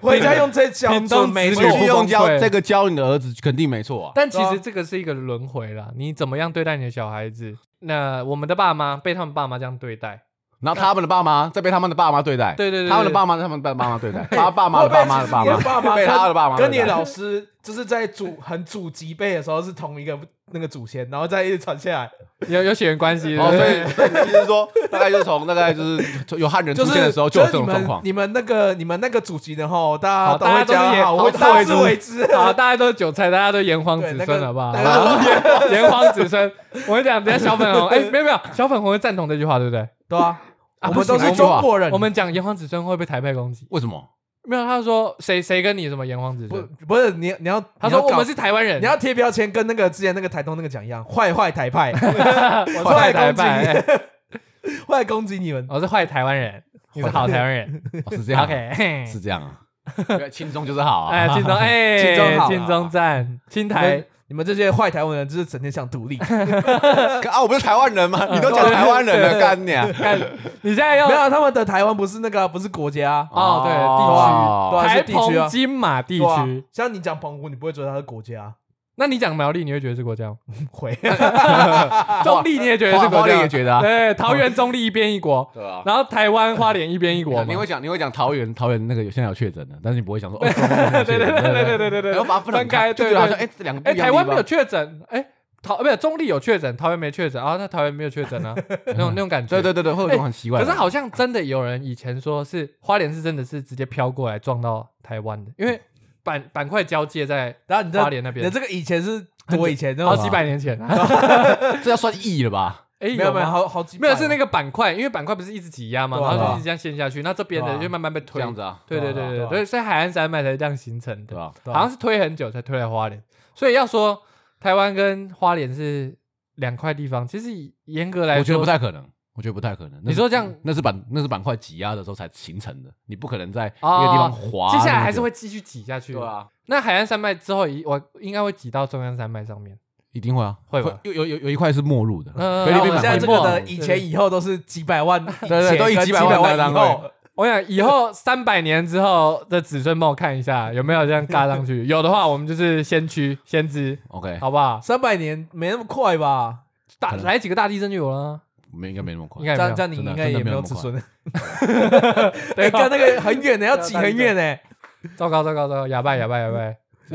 [SPEAKER 3] 回家用这招
[SPEAKER 1] 屏
[SPEAKER 3] 准
[SPEAKER 1] 东
[SPEAKER 3] 没
[SPEAKER 1] 子
[SPEAKER 3] 错
[SPEAKER 1] 女，
[SPEAKER 2] 回去用教
[SPEAKER 1] 崩溃
[SPEAKER 2] 这个教你的儿子，肯定没错啊。
[SPEAKER 1] 但其实这个是一个轮回啦，你怎么样对待你的小孩子？那我们的爸妈被他们爸妈这样对待，
[SPEAKER 2] 然后他们的爸妈再被他们的爸妈对待，
[SPEAKER 1] 对对对对哎
[SPEAKER 2] 他们的爸妈他们的爸妈对待，他爸妈的爸妈的爸
[SPEAKER 3] 会不会其实你爸
[SPEAKER 2] 妈
[SPEAKER 3] 妈
[SPEAKER 2] 被他的爸妈对待
[SPEAKER 3] 跟你的老师就是在祖很祖籍辈的时候是同一个那个祖先，然后再一直传下来，
[SPEAKER 1] 有有血缘关系，
[SPEAKER 2] 哦，
[SPEAKER 1] 对不
[SPEAKER 2] 所
[SPEAKER 1] 对
[SPEAKER 2] 以所以就是说， <laughs> 大概就是从大概就是有汉人
[SPEAKER 3] 就
[SPEAKER 2] 出
[SPEAKER 3] 是
[SPEAKER 2] 现的时候
[SPEAKER 3] 就
[SPEAKER 2] 就有
[SPEAKER 3] 是
[SPEAKER 2] 这
[SPEAKER 3] 你
[SPEAKER 2] 种状
[SPEAKER 3] 们
[SPEAKER 2] 况。
[SPEAKER 3] 你们那个你们那个祖籍的吼，大
[SPEAKER 1] 好
[SPEAKER 3] 家
[SPEAKER 1] 大家
[SPEAKER 3] 都会
[SPEAKER 1] 都是
[SPEAKER 3] 讲好，
[SPEAKER 1] 也
[SPEAKER 3] 我
[SPEAKER 1] 好
[SPEAKER 3] 大
[SPEAKER 1] 自
[SPEAKER 3] 自
[SPEAKER 1] 为
[SPEAKER 3] 为之，
[SPEAKER 1] 好，大家都韭菜，大家都炎黄
[SPEAKER 3] 对
[SPEAKER 1] 子
[SPEAKER 3] 那
[SPEAKER 1] 孙，
[SPEAKER 3] 个
[SPEAKER 1] 好不好？
[SPEAKER 3] 大家都
[SPEAKER 1] 炎黄子孙，我跟你讲，等一下小粉红，哎、没有没有，小粉红会赞同这句话，对不对？
[SPEAKER 3] <laughs> 对啊，
[SPEAKER 2] 啊
[SPEAKER 3] 我们都
[SPEAKER 2] 不行
[SPEAKER 3] 是
[SPEAKER 2] 这句话
[SPEAKER 3] 中国人，
[SPEAKER 1] 我们讲炎黄子孙会被台配攻击，
[SPEAKER 2] 为什么？
[SPEAKER 1] 没有，他说谁谁跟你什么炎黄子
[SPEAKER 3] 不
[SPEAKER 1] 孙？
[SPEAKER 3] 不是你你要
[SPEAKER 1] 他说
[SPEAKER 3] 你要
[SPEAKER 1] 我
[SPEAKER 3] 搞
[SPEAKER 1] 们是台湾人，
[SPEAKER 3] 你要贴标签，跟那个之前那个台东那个讲一样，坏坏台派，
[SPEAKER 1] 我是坏台派，哎
[SPEAKER 3] 坏攻击你们。
[SPEAKER 1] 我是坏台湾人，你是好台湾
[SPEAKER 3] <laughs>
[SPEAKER 1] 人
[SPEAKER 2] 哦是这样啊
[SPEAKER 1] ，OK，嘿
[SPEAKER 2] 是这样啊。因为轻松就是好
[SPEAKER 1] 哎，
[SPEAKER 2] 啊。
[SPEAKER 1] 金钟哎，
[SPEAKER 3] <laughs> 金钟好
[SPEAKER 1] 金钟赞，金
[SPEAKER 3] 你们
[SPEAKER 1] 台，
[SPEAKER 3] 你们这些坏台湾人，就是整天想独立。没
[SPEAKER 2] <laughs> 啊，我不是台湾人
[SPEAKER 1] 嗯
[SPEAKER 2] 吗？你都讲台湾人了，干你啊！
[SPEAKER 1] 看你现在要
[SPEAKER 3] 有啊，他们的台湾不是那个啊，不是国家啊，
[SPEAKER 1] 哦
[SPEAKER 3] 对啊
[SPEAKER 1] 台
[SPEAKER 3] 是地区
[SPEAKER 1] 澎
[SPEAKER 3] 啊
[SPEAKER 1] 金马地
[SPEAKER 3] 对啊
[SPEAKER 1] 区，。
[SPEAKER 3] 像你讲澎湖，你不会觉得它是国家啊， <laughs>
[SPEAKER 1] 那你讲苗栗，你会觉得是国家吗？
[SPEAKER 3] 会。
[SPEAKER 1] 中立你也觉得是
[SPEAKER 2] 花花
[SPEAKER 1] 国
[SPEAKER 2] 莲
[SPEAKER 1] 家
[SPEAKER 2] 也？觉得啊，
[SPEAKER 1] 对，桃园中立一边一
[SPEAKER 2] <laughs>
[SPEAKER 1] 国，
[SPEAKER 2] 对啊。
[SPEAKER 1] 然后台湾花莲一边一国
[SPEAKER 2] 你
[SPEAKER 1] 嘛
[SPEAKER 2] 会。讲你会讲桃园桃园那个有现在有确诊的，但是你不会想说哦，中国有确
[SPEAKER 1] 对对
[SPEAKER 2] 诊
[SPEAKER 1] 对对
[SPEAKER 2] 对
[SPEAKER 1] 对对对对，
[SPEAKER 2] 然后把它分得
[SPEAKER 1] 分
[SPEAKER 2] 很
[SPEAKER 1] 开，
[SPEAKER 2] 开，就
[SPEAKER 1] 对
[SPEAKER 2] 觉得好像
[SPEAKER 1] 对。
[SPEAKER 2] 哎，这两个不
[SPEAKER 1] 哎，
[SPEAKER 2] 一样的
[SPEAKER 1] 台湾
[SPEAKER 2] 地
[SPEAKER 1] 没有
[SPEAKER 2] 方
[SPEAKER 1] 确诊，哎，桃不是中立有确诊，桃园没确诊啊，那桃园没有确诊啊，那种那种感觉。
[SPEAKER 2] 对对对对，会有一种很奇怪
[SPEAKER 1] 可
[SPEAKER 2] 的。
[SPEAKER 1] 是好像真的有人以前说是花莲是真的是直接飘过来撞到台湾的，因为板板块交界在
[SPEAKER 3] 然后你
[SPEAKER 1] 花
[SPEAKER 3] 这
[SPEAKER 1] 莲那
[SPEAKER 3] 你
[SPEAKER 1] 边
[SPEAKER 3] 的，这个以前是多以前，
[SPEAKER 1] 好几
[SPEAKER 3] 百，
[SPEAKER 1] 百年前啊。
[SPEAKER 2] 这要算异了吧？
[SPEAKER 1] 哎，
[SPEAKER 3] 没有没有
[SPEAKER 1] 吗
[SPEAKER 3] 好好几百
[SPEAKER 1] 没
[SPEAKER 3] 啊，
[SPEAKER 1] 有是那个板块，因为板块不是一直挤压嘛，
[SPEAKER 3] 对啊
[SPEAKER 1] 然后就
[SPEAKER 3] 对啊
[SPEAKER 1] 一直这样陷下去，那这边
[SPEAKER 3] 对
[SPEAKER 1] 的
[SPEAKER 3] 啊
[SPEAKER 1] 就慢慢被
[SPEAKER 2] 这
[SPEAKER 1] 推。
[SPEAKER 2] 样子啊，
[SPEAKER 1] 对对
[SPEAKER 3] 对啊
[SPEAKER 1] 对
[SPEAKER 3] 对
[SPEAKER 1] 对
[SPEAKER 3] 啊
[SPEAKER 1] 对，所以海岸山脉才是这样形成
[SPEAKER 2] 对
[SPEAKER 1] 的，
[SPEAKER 2] 吧？
[SPEAKER 3] 对啊
[SPEAKER 1] 好像是推很久才推来花莲，所以要说台湾跟花莲是两块地方，其实严格哎来说，
[SPEAKER 2] 我觉得不太可能，我觉得不太可能。那
[SPEAKER 1] 你
[SPEAKER 2] 是
[SPEAKER 1] 说这样
[SPEAKER 2] 那是板那是板块挤压的时候才形成的，你不可能在一个地
[SPEAKER 1] 哦
[SPEAKER 2] 方啊滑那么久。
[SPEAKER 1] 接下来还是会继续挤下去。
[SPEAKER 2] 对啊，
[SPEAKER 1] 那海岸山脉之后，一我应该会挤到中央山脉上面。
[SPEAKER 2] 一定会啊，
[SPEAKER 1] 会吧
[SPEAKER 2] 有有有有一块是没入的，
[SPEAKER 1] 嗯
[SPEAKER 2] 菲
[SPEAKER 3] 然
[SPEAKER 2] 律
[SPEAKER 3] 后我
[SPEAKER 2] 宾
[SPEAKER 3] 们
[SPEAKER 2] 板
[SPEAKER 3] 现在这
[SPEAKER 2] 块
[SPEAKER 1] 没
[SPEAKER 3] 个
[SPEAKER 1] 有
[SPEAKER 3] 的
[SPEAKER 1] 对
[SPEAKER 3] 以前以后都是几百万，对
[SPEAKER 2] 对对都以
[SPEAKER 3] 以前跟几
[SPEAKER 2] 几百
[SPEAKER 3] 万
[SPEAKER 2] 万当
[SPEAKER 3] 以
[SPEAKER 2] 单
[SPEAKER 3] 后
[SPEAKER 2] 位，
[SPEAKER 1] 我想以
[SPEAKER 2] <laughs>
[SPEAKER 1] 后三百年之后的子孙帮我看一下有没有这样搭上
[SPEAKER 2] <laughs>
[SPEAKER 1] 去，有的话我们就是先驱先知，
[SPEAKER 2] OK，
[SPEAKER 1] 好不好？
[SPEAKER 3] 三百年没那么快吧？
[SPEAKER 1] 大
[SPEAKER 2] 哎可能
[SPEAKER 1] 来几个大地震就有了啊，
[SPEAKER 2] 没哎应该没那么
[SPEAKER 1] 应
[SPEAKER 2] 快。
[SPEAKER 1] 该也没
[SPEAKER 3] 这样
[SPEAKER 1] 有
[SPEAKER 3] 这样你
[SPEAKER 2] 真的
[SPEAKER 3] 应该也
[SPEAKER 2] 真的没
[SPEAKER 3] 没
[SPEAKER 2] 有
[SPEAKER 3] 有
[SPEAKER 2] 那么
[SPEAKER 3] 子
[SPEAKER 2] 快
[SPEAKER 3] 孙。
[SPEAKER 1] 对啊
[SPEAKER 3] 对，
[SPEAKER 2] 哎
[SPEAKER 3] 看那个很远的，要挤很远呢。
[SPEAKER 1] 糟糕糟糕
[SPEAKER 2] <laughs> 啊
[SPEAKER 1] 糟糕，哑巴哑巴哑巴，
[SPEAKER 2] 这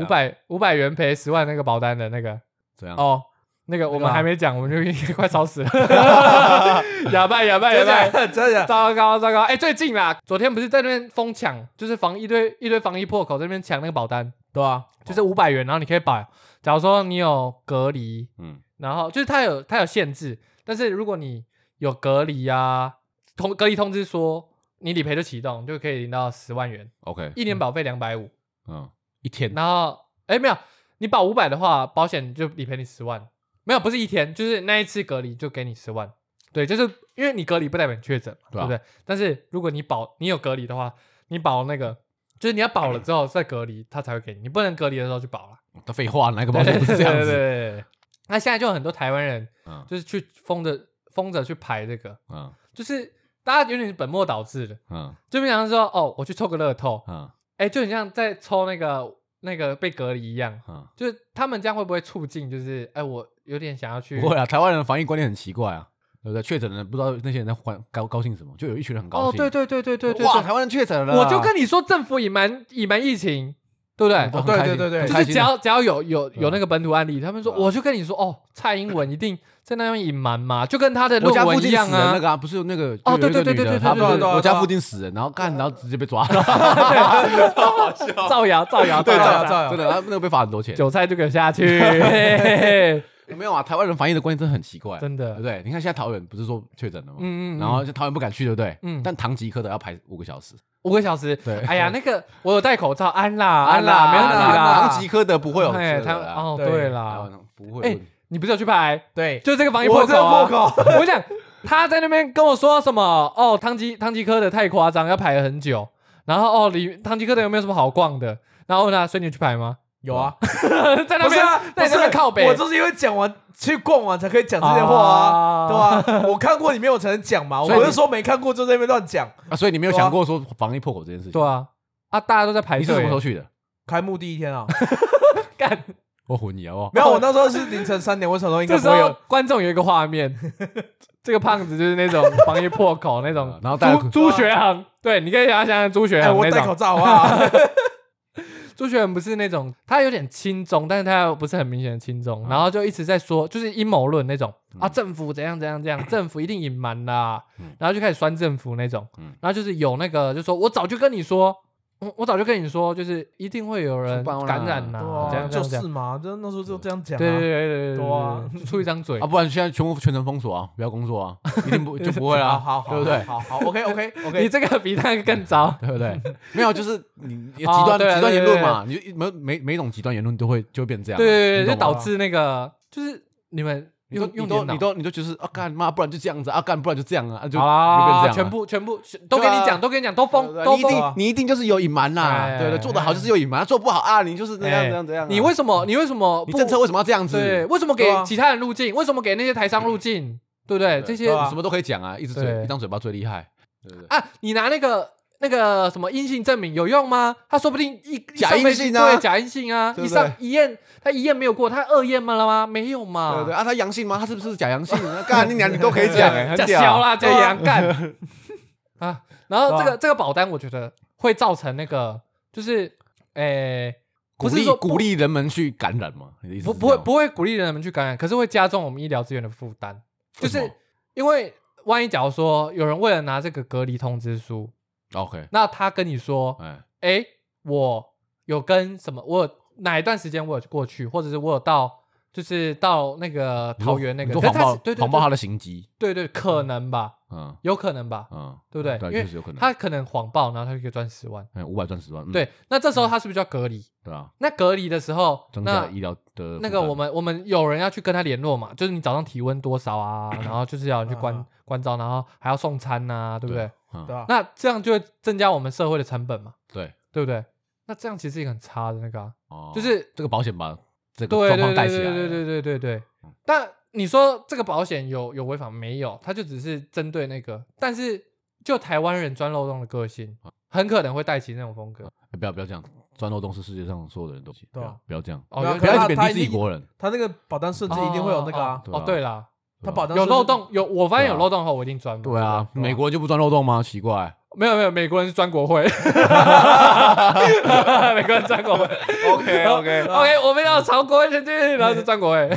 [SPEAKER 1] 五
[SPEAKER 2] 样
[SPEAKER 1] 百五百元赔十万那个保单的那个，
[SPEAKER 2] 怎样？
[SPEAKER 3] 哦，
[SPEAKER 1] 那个我
[SPEAKER 3] 那个
[SPEAKER 1] 们
[SPEAKER 3] 啊
[SPEAKER 1] 还没讲，我们就已经快烧死了，
[SPEAKER 3] <laughs>
[SPEAKER 1] <laughs> 哑巴哑巴哑
[SPEAKER 3] 真
[SPEAKER 1] 巴
[SPEAKER 3] 的，假的真的假的，
[SPEAKER 1] 糟糕糟糕！哎、最近啦，昨天不是在那边疯抢，就是防一堆一堆防疫破口在那边抢那个保单，
[SPEAKER 3] 对啊，
[SPEAKER 1] 就是五百元，然后你可以把，假如说你有隔离，
[SPEAKER 2] 嗯，
[SPEAKER 1] 然后就是它有它有限制，但是如果你有隔离啊，通隔离通知说你理赔就启动，就可以领到十万元，
[SPEAKER 2] ，OK，
[SPEAKER 1] 一年保费两百五，
[SPEAKER 2] 嗯，一天
[SPEAKER 1] 然后哎、没有，你保五百的话，保险就理赔你十万，没有不是一天，就是那一次隔离就给你十万，对，就是因为你隔离不代表你确诊嘛，
[SPEAKER 2] 对
[SPEAKER 1] 对
[SPEAKER 2] 啊
[SPEAKER 1] 不对？但是如果你保你有隔离的话，你保那个就是你要保了之后再隔离，他才会给你，你不能隔离的时候就保了。
[SPEAKER 2] 他废话，哪个保
[SPEAKER 1] 对
[SPEAKER 2] 险哦不是这样
[SPEAKER 1] 对对
[SPEAKER 2] 子？
[SPEAKER 1] 对对那现在就有很多台湾人
[SPEAKER 2] 嗯
[SPEAKER 1] 就是去疯着疯着去排这个，
[SPEAKER 2] 嗯
[SPEAKER 1] 就是大家有点本末倒置的，
[SPEAKER 2] 嗯
[SPEAKER 1] 就平常说哦，我去抽个乐透，
[SPEAKER 2] 嗯
[SPEAKER 1] 哎，就很像在抽那个那个被隔离一样，
[SPEAKER 2] 嗯，
[SPEAKER 1] 就是他们这样会不会促进？就是哎，我有点想要去
[SPEAKER 2] 不会啊，台湾人的防疫观念很奇怪啊，对不对？确诊了，不知道那些人在欢高高兴什么，就有一群人很高
[SPEAKER 1] 哦，
[SPEAKER 2] 兴，
[SPEAKER 1] 对对对对对对，
[SPEAKER 2] 哇，
[SPEAKER 1] 对
[SPEAKER 2] 台湾人确诊了，
[SPEAKER 1] 我就跟你说，政府隐瞒隐瞒疫情，对不对
[SPEAKER 2] 都？很
[SPEAKER 3] 对
[SPEAKER 2] 开心
[SPEAKER 3] 对哦对对
[SPEAKER 2] 很
[SPEAKER 1] 就
[SPEAKER 2] 嗯开
[SPEAKER 1] 是
[SPEAKER 2] 心啊
[SPEAKER 1] 只要只要有有有
[SPEAKER 2] 嗯
[SPEAKER 1] 那个本土案例，他们说，
[SPEAKER 2] 对啊
[SPEAKER 1] 我就跟你说，哦，蔡英文一定在那边隐瞒嘛，就跟他的
[SPEAKER 2] <laughs> 我
[SPEAKER 1] 论
[SPEAKER 2] 家附
[SPEAKER 1] 文一
[SPEAKER 2] 近死
[SPEAKER 1] 样啊
[SPEAKER 2] 人那，个啊，不是有那个
[SPEAKER 1] 哦
[SPEAKER 2] 就有一
[SPEAKER 1] 对对
[SPEAKER 2] 个
[SPEAKER 1] 对
[SPEAKER 2] 女的
[SPEAKER 1] 对对
[SPEAKER 2] 她不
[SPEAKER 3] 对对
[SPEAKER 2] 是
[SPEAKER 3] 对对
[SPEAKER 2] 我
[SPEAKER 3] 对
[SPEAKER 2] 家
[SPEAKER 3] 对
[SPEAKER 2] 附近死人，然后干，然后直接被抓了，
[SPEAKER 1] 造
[SPEAKER 2] <laughs>
[SPEAKER 1] 谣造谣
[SPEAKER 3] 对，
[SPEAKER 1] 造
[SPEAKER 3] 造谣
[SPEAKER 1] 谣，
[SPEAKER 3] 造谣
[SPEAKER 2] 真，的，她那个被罚很多钱。
[SPEAKER 1] 韭菜啊就给我下
[SPEAKER 2] <laughs>
[SPEAKER 1] 去，嘿嘿嘿
[SPEAKER 2] 没有啊，台湾人防疫的观念真的很奇怪，啊
[SPEAKER 1] 真
[SPEAKER 2] 对
[SPEAKER 1] 的，
[SPEAKER 2] 不对？你看现在桃园不是说确诊了吗？
[SPEAKER 1] 嗯嗯嗯
[SPEAKER 2] 然后就桃园不敢去，对不对？
[SPEAKER 1] 嗯
[SPEAKER 2] 但唐吉诃德要排五个小时，
[SPEAKER 1] 五个小时，
[SPEAKER 2] 对哎
[SPEAKER 1] 哎呀，那个我有戴口罩，安啦
[SPEAKER 2] 安
[SPEAKER 1] 安啦，没问
[SPEAKER 3] 安
[SPEAKER 1] 题
[SPEAKER 3] 啦
[SPEAKER 1] 啦，
[SPEAKER 2] 唐吉诃德不会有
[SPEAKER 1] 哎，
[SPEAKER 2] 确
[SPEAKER 1] 他
[SPEAKER 2] 诊的啊，
[SPEAKER 1] 哦
[SPEAKER 3] 对
[SPEAKER 1] 对
[SPEAKER 2] 台湾
[SPEAKER 1] 啦，
[SPEAKER 2] 人不会
[SPEAKER 1] 哎
[SPEAKER 2] 有。
[SPEAKER 1] 你不是有去排？
[SPEAKER 3] 对，
[SPEAKER 1] 就这个防疫
[SPEAKER 3] 我
[SPEAKER 1] 破
[SPEAKER 3] 这
[SPEAKER 1] 口
[SPEAKER 3] 个
[SPEAKER 1] 啊
[SPEAKER 3] 破口，
[SPEAKER 1] 我想他在那边跟我说什么哦，汤吉汤吉诃德太夸张，要排了很久。然后哦，里汤吉诃德有没有什么好逛的？然后我问他，所以你有去排吗？ <laughs>
[SPEAKER 3] 有啊，
[SPEAKER 1] 在那
[SPEAKER 3] 不是
[SPEAKER 1] 边，
[SPEAKER 3] 啊，不
[SPEAKER 1] 在那
[SPEAKER 3] 是
[SPEAKER 1] 边靠北，
[SPEAKER 3] 我就是因为讲完去逛完才可以讲这些话啊。对
[SPEAKER 1] 吧？
[SPEAKER 3] 啊，我看过里面我才能讲嘛，我
[SPEAKER 2] 所以你
[SPEAKER 3] 不是说没看过就在那边乱讲。
[SPEAKER 2] 啊，所以你没有
[SPEAKER 3] 对啊
[SPEAKER 2] 想过说防疫破口这件事情？
[SPEAKER 1] 对啊，啊，大家都在排
[SPEAKER 2] 你是什么时
[SPEAKER 1] 队，
[SPEAKER 2] 候去的？
[SPEAKER 3] 开幕第
[SPEAKER 1] <laughs>
[SPEAKER 3] 一天啊，
[SPEAKER 1] 干。
[SPEAKER 2] 我唬你好不好？
[SPEAKER 3] 没有，我那时候是凌晨三点，我想说应该
[SPEAKER 1] 这
[SPEAKER 3] 不
[SPEAKER 1] 时
[SPEAKER 3] 会
[SPEAKER 1] 候
[SPEAKER 3] 有，
[SPEAKER 1] 观众有一个画面， <laughs> 这个胖子就是那种防疫破口那种
[SPEAKER 2] 啊， <laughs> 然后戴
[SPEAKER 1] 朱朱学
[SPEAKER 2] 啊
[SPEAKER 1] 恒，对，你可以想象朱学
[SPEAKER 3] 哎，
[SPEAKER 1] 恒
[SPEAKER 3] 我
[SPEAKER 1] 那
[SPEAKER 3] 戴口
[SPEAKER 1] 种。
[SPEAKER 3] 罩好
[SPEAKER 1] <laughs>
[SPEAKER 3] 不啊好？
[SPEAKER 1] 朱学恒不是那种，他有点轻中，但是他又不是很明显的轻中，
[SPEAKER 2] 啊
[SPEAKER 1] 然后就一直在说，就是阴谋论那种
[SPEAKER 2] 嗯
[SPEAKER 1] 啊，政府怎样怎样怎样，政府一定隐瞒啦
[SPEAKER 2] 嗯，
[SPEAKER 1] 然后就开始酸政府那种
[SPEAKER 2] 嗯，
[SPEAKER 1] 然后就是有那个就说，我早就跟你说，我我早就跟你说，就是一定会有人
[SPEAKER 2] 出包啦
[SPEAKER 1] 感染
[SPEAKER 3] 对
[SPEAKER 1] 呐，这
[SPEAKER 3] 啊，
[SPEAKER 1] 样这样
[SPEAKER 3] 就
[SPEAKER 1] 这
[SPEAKER 3] 是
[SPEAKER 1] 样，
[SPEAKER 3] 嘛，就那时候就这样讲
[SPEAKER 1] 对对
[SPEAKER 3] 啊。
[SPEAKER 1] 对对对
[SPEAKER 3] 对啊
[SPEAKER 1] 对，出一张嘴
[SPEAKER 2] 啊，，不然现在全部全程封锁啊，不要工作啊，一
[SPEAKER 1] <laughs>
[SPEAKER 2] 定不就不会
[SPEAKER 3] 好
[SPEAKER 2] 啊，
[SPEAKER 3] 好好，
[SPEAKER 2] 对不对？
[SPEAKER 3] 好好，OK OK
[SPEAKER 1] 你
[SPEAKER 3] OK，
[SPEAKER 1] 这个比那个更糟。
[SPEAKER 2] 对
[SPEAKER 1] <laughs>
[SPEAKER 2] 不对？没有，就是你你极
[SPEAKER 1] 哦
[SPEAKER 2] 端
[SPEAKER 1] 对啊
[SPEAKER 2] 极端
[SPEAKER 1] 对
[SPEAKER 2] 言
[SPEAKER 1] 对
[SPEAKER 2] 论嘛，你就每每每种极端言论都会就会变这样啊，
[SPEAKER 1] 对对对，
[SPEAKER 2] 你
[SPEAKER 1] 就
[SPEAKER 2] 懂吗
[SPEAKER 1] 导致那个就是你们
[SPEAKER 2] 你都
[SPEAKER 1] 用
[SPEAKER 2] 你
[SPEAKER 1] 用
[SPEAKER 2] 都
[SPEAKER 1] 电脑
[SPEAKER 2] 你都你都就是啊干妈，不然就这样子啊干，不然就这样啊，啊就
[SPEAKER 1] 好
[SPEAKER 2] 就变这
[SPEAKER 1] 啦，
[SPEAKER 2] 样啊，
[SPEAKER 1] 全部全部都给你
[SPEAKER 2] 对
[SPEAKER 1] 讲，
[SPEAKER 2] 啊
[SPEAKER 1] 都给你讲，都
[SPEAKER 2] 对
[SPEAKER 1] 封
[SPEAKER 2] 对
[SPEAKER 1] 都
[SPEAKER 2] 你一
[SPEAKER 1] 封。
[SPEAKER 2] 定你一定就是有隐瞒啦
[SPEAKER 1] 哎，
[SPEAKER 2] 对对，做得好就是有隐瞒，做不好啊，你就是这样
[SPEAKER 1] 哎
[SPEAKER 2] 这样这样啊，
[SPEAKER 1] 你为什么你为什么
[SPEAKER 2] 你
[SPEAKER 1] 不
[SPEAKER 2] 政策为什么要这样子？
[SPEAKER 1] 对？为什么给
[SPEAKER 3] 对啊
[SPEAKER 1] 其他人入境？为什么给那些台商入境？对不对？
[SPEAKER 2] 对
[SPEAKER 1] 这些
[SPEAKER 3] 对啊
[SPEAKER 2] 什么都可以讲啊，一直
[SPEAKER 1] 对
[SPEAKER 2] 嘴一张嘴巴最厉害，对不对？
[SPEAKER 1] 啊，你拿那个那个什么阴性证明有用吗？他说不定一一
[SPEAKER 2] 假
[SPEAKER 1] 上
[SPEAKER 2] 阴
[SPEAKER 1] 飞机
[SPEAKER 2] 性啊
[SPEAKER 1] 对假阴性啊，
[SPEAKER 2] 对
[SPEAKER 1] 一
[SPEAKER 2] 不
[SPEAKER 1] 上
[SPEAKER 2] 对
[SPEAKER 1] 一验他一验没有过，他二验嘛了吗？没有嘛？
[SPEAKER 2] 对对啊，他阳性吗？他是不是假阳性？啊干你娘，你都可以
[SPEAKER 1] <laughs>
[SPEAKER 2] 讲哎，很
[SPEAKER 1] 假
[SPEAKER 2] 屌
[SPEAKER 1] 小啦，假
[SPEAKER 2] 对啊
[SPEAKER 1] 羊
[SPEAKER 2] <laughs>
[SPEAKER 1] 干啊！然后这
[SPEAKER 3] 对
[SPEAKER 1] 个这个保单，我觉得会造成那个就是，诶，
[SPEAKER 2] 鼓
[SPEAKER 1] 不
[SPEAKER 2] 励
[SPEAKER 1] 是说不
[SPEAKER 2] 鼓励人们去感染嘛？你的意思
[SPEAKER 1] 不
[SPEAKER 2] 是
[SPEAKER 1] 不
[SPEAKER 2] 这
[SPEAKER 1] 会
[SPEAKER 2] 样吗
[SPEAKER 1] 不会鼓励人们去感染，可是会加重我们医疗资源的负担，就
[SPEAKER 2] 为什么
[SPEAKER 1] 是因为万一假如说有人为了拿这个隔离通知书，
[SPEAKER 2] OK，
[SPEAKER 1] 那他跟你说，
[SPEAKER 2] 哎，
[SPEAKER 1] 哎，我有跟什么，我有哪一段时间我有过去，或者是我有到。就是到那个
[SPEAKER 2] 你说
[SPEAKER 1] 桃园那个，
[SPEAKER 2] 你说
[SPEAKER 1] 可是
[SPEAKER 2] 谎
[SPEAKER 1] 他
[SPEAKER 2] 报
[SPEAKER 1] 是对对
[SPEAKER 2] 谎报
[SPEAKER 1] 对
[SPEAKER 2] 他的行迹，
[SPEAKER 1] 对对，可能吧，
[SPEAKER 2] 嗯
[SPEAKER 1] 有可能吧，
[SPEAKER 2] 嗯，
[SPEAKER 1] 对不对？因
[SPEAKER 2] 对，
[SPEAKER 1] 为
[SPEAKER 2] 确实有可能，
[SPEAKER 1] 他可能谎报，然后他就可以赚十万。
[SPEAKER 2] 哎五百赚十万，嗯
[SPEAKER 1] 对，那这时候他是不是就要隔离？
[SPEAKER 2] 对啊，
[SPEAKER 1] 那隔离的时候，
[SPEAKER 2] 增加
[SPEAKER 1] 那
[SPEAKER 2] 医疗的
[SPEAKER 1] 那
[SPEAKER 2] 负
[SPEAKER 1] 个
[SPEAKER 2] 担
[SPEAKER 1] 我们我们有人要去跟他联络嘛，就是你早上体温多少啊，然后就是要你去关
[SPEAKER 3] 啊
[SPEAKER 1] 关照，然后还要送餐呐、对不对？？
[SPEAKER 2] 嗯
[SPEAKER 3] 对，啊，
[SPEAKER 1] 那这样就会增加我们社会的成本嘛，
[SPEAKER 2] 对，
[SPEAKER 1] 对不对？那这样其实也很差的那个、啊，
[SPEAKER 2] 哦
[SPEAKER 1] 就是
[SPEAKER 2] 这个保险把这个
[SPEAKER 1] 对
[SPEAKER 2] 状
[SPEAKER 1] 对
[SPEAKER 2] 况带
[SPEAKER 1] 对
[SPEAKER 2] 起来，嗯
[SPEAKER 1] 对对对对对对。但你说这个保险有有违法没有？它就只是针对那个，但是就台湾人钻漏洞的个性，
[SPEAKER 2] 哦
[SPEAKER 1] 很可能会带起那种风格。
[SPEAKER 2] 哎不要不要这样，钻漏洞是世界上所有的人都不
[SPEAKER 3] 对啊
[SPEAKER 2] 要不要这样，
[SPEAKER 1] 哦，
[SPEAKER 3] 对啊
[SPEAKER 1] 有
[SPEAKER 2] 不
[SPEAKER 1] 点
[SPEAKER 2] 要
[SPEAKER 3] 他
[SPEAKER 2] 去
[SPEAKER 3] 他
[SPEAKER 2] 贬低自
[SPEAKER 3] 一
[SPEAKER 2] 己
[SPEAKER 3] 定
[SPEAKER 2] 国人，
[SPEAKER 3] 他那个保单设置一定会有那个啊，
[SPEAKER 1] 哦，
[SPEAKER 2] 对啊
[SPEAKER 1] 对啦，
[SPEAKER 3] 他保单
[SPEAKER 1] 有
[SPEAKER 3] 设置
[SPEAKER 1] 漏，洞，有我发现有
[SPEAKER 2] 对啊
[SPEAKER 1] 漏洞后，我一定钻嘛。
[SPEAKER 2] 对啊，
[SPEAKER 1] 对吧
[SPEAKER 2] 美国人就不钻漏洞吗？奇怪，
[SPEAKER 1] 没有没有，美国人是专国 <laughs> 会，美国人专国会。
[SPEAKER 2] OK OK，
[SPEAKER 1] OK，我们要朝国会前进，然后是专 <laughs> 国会，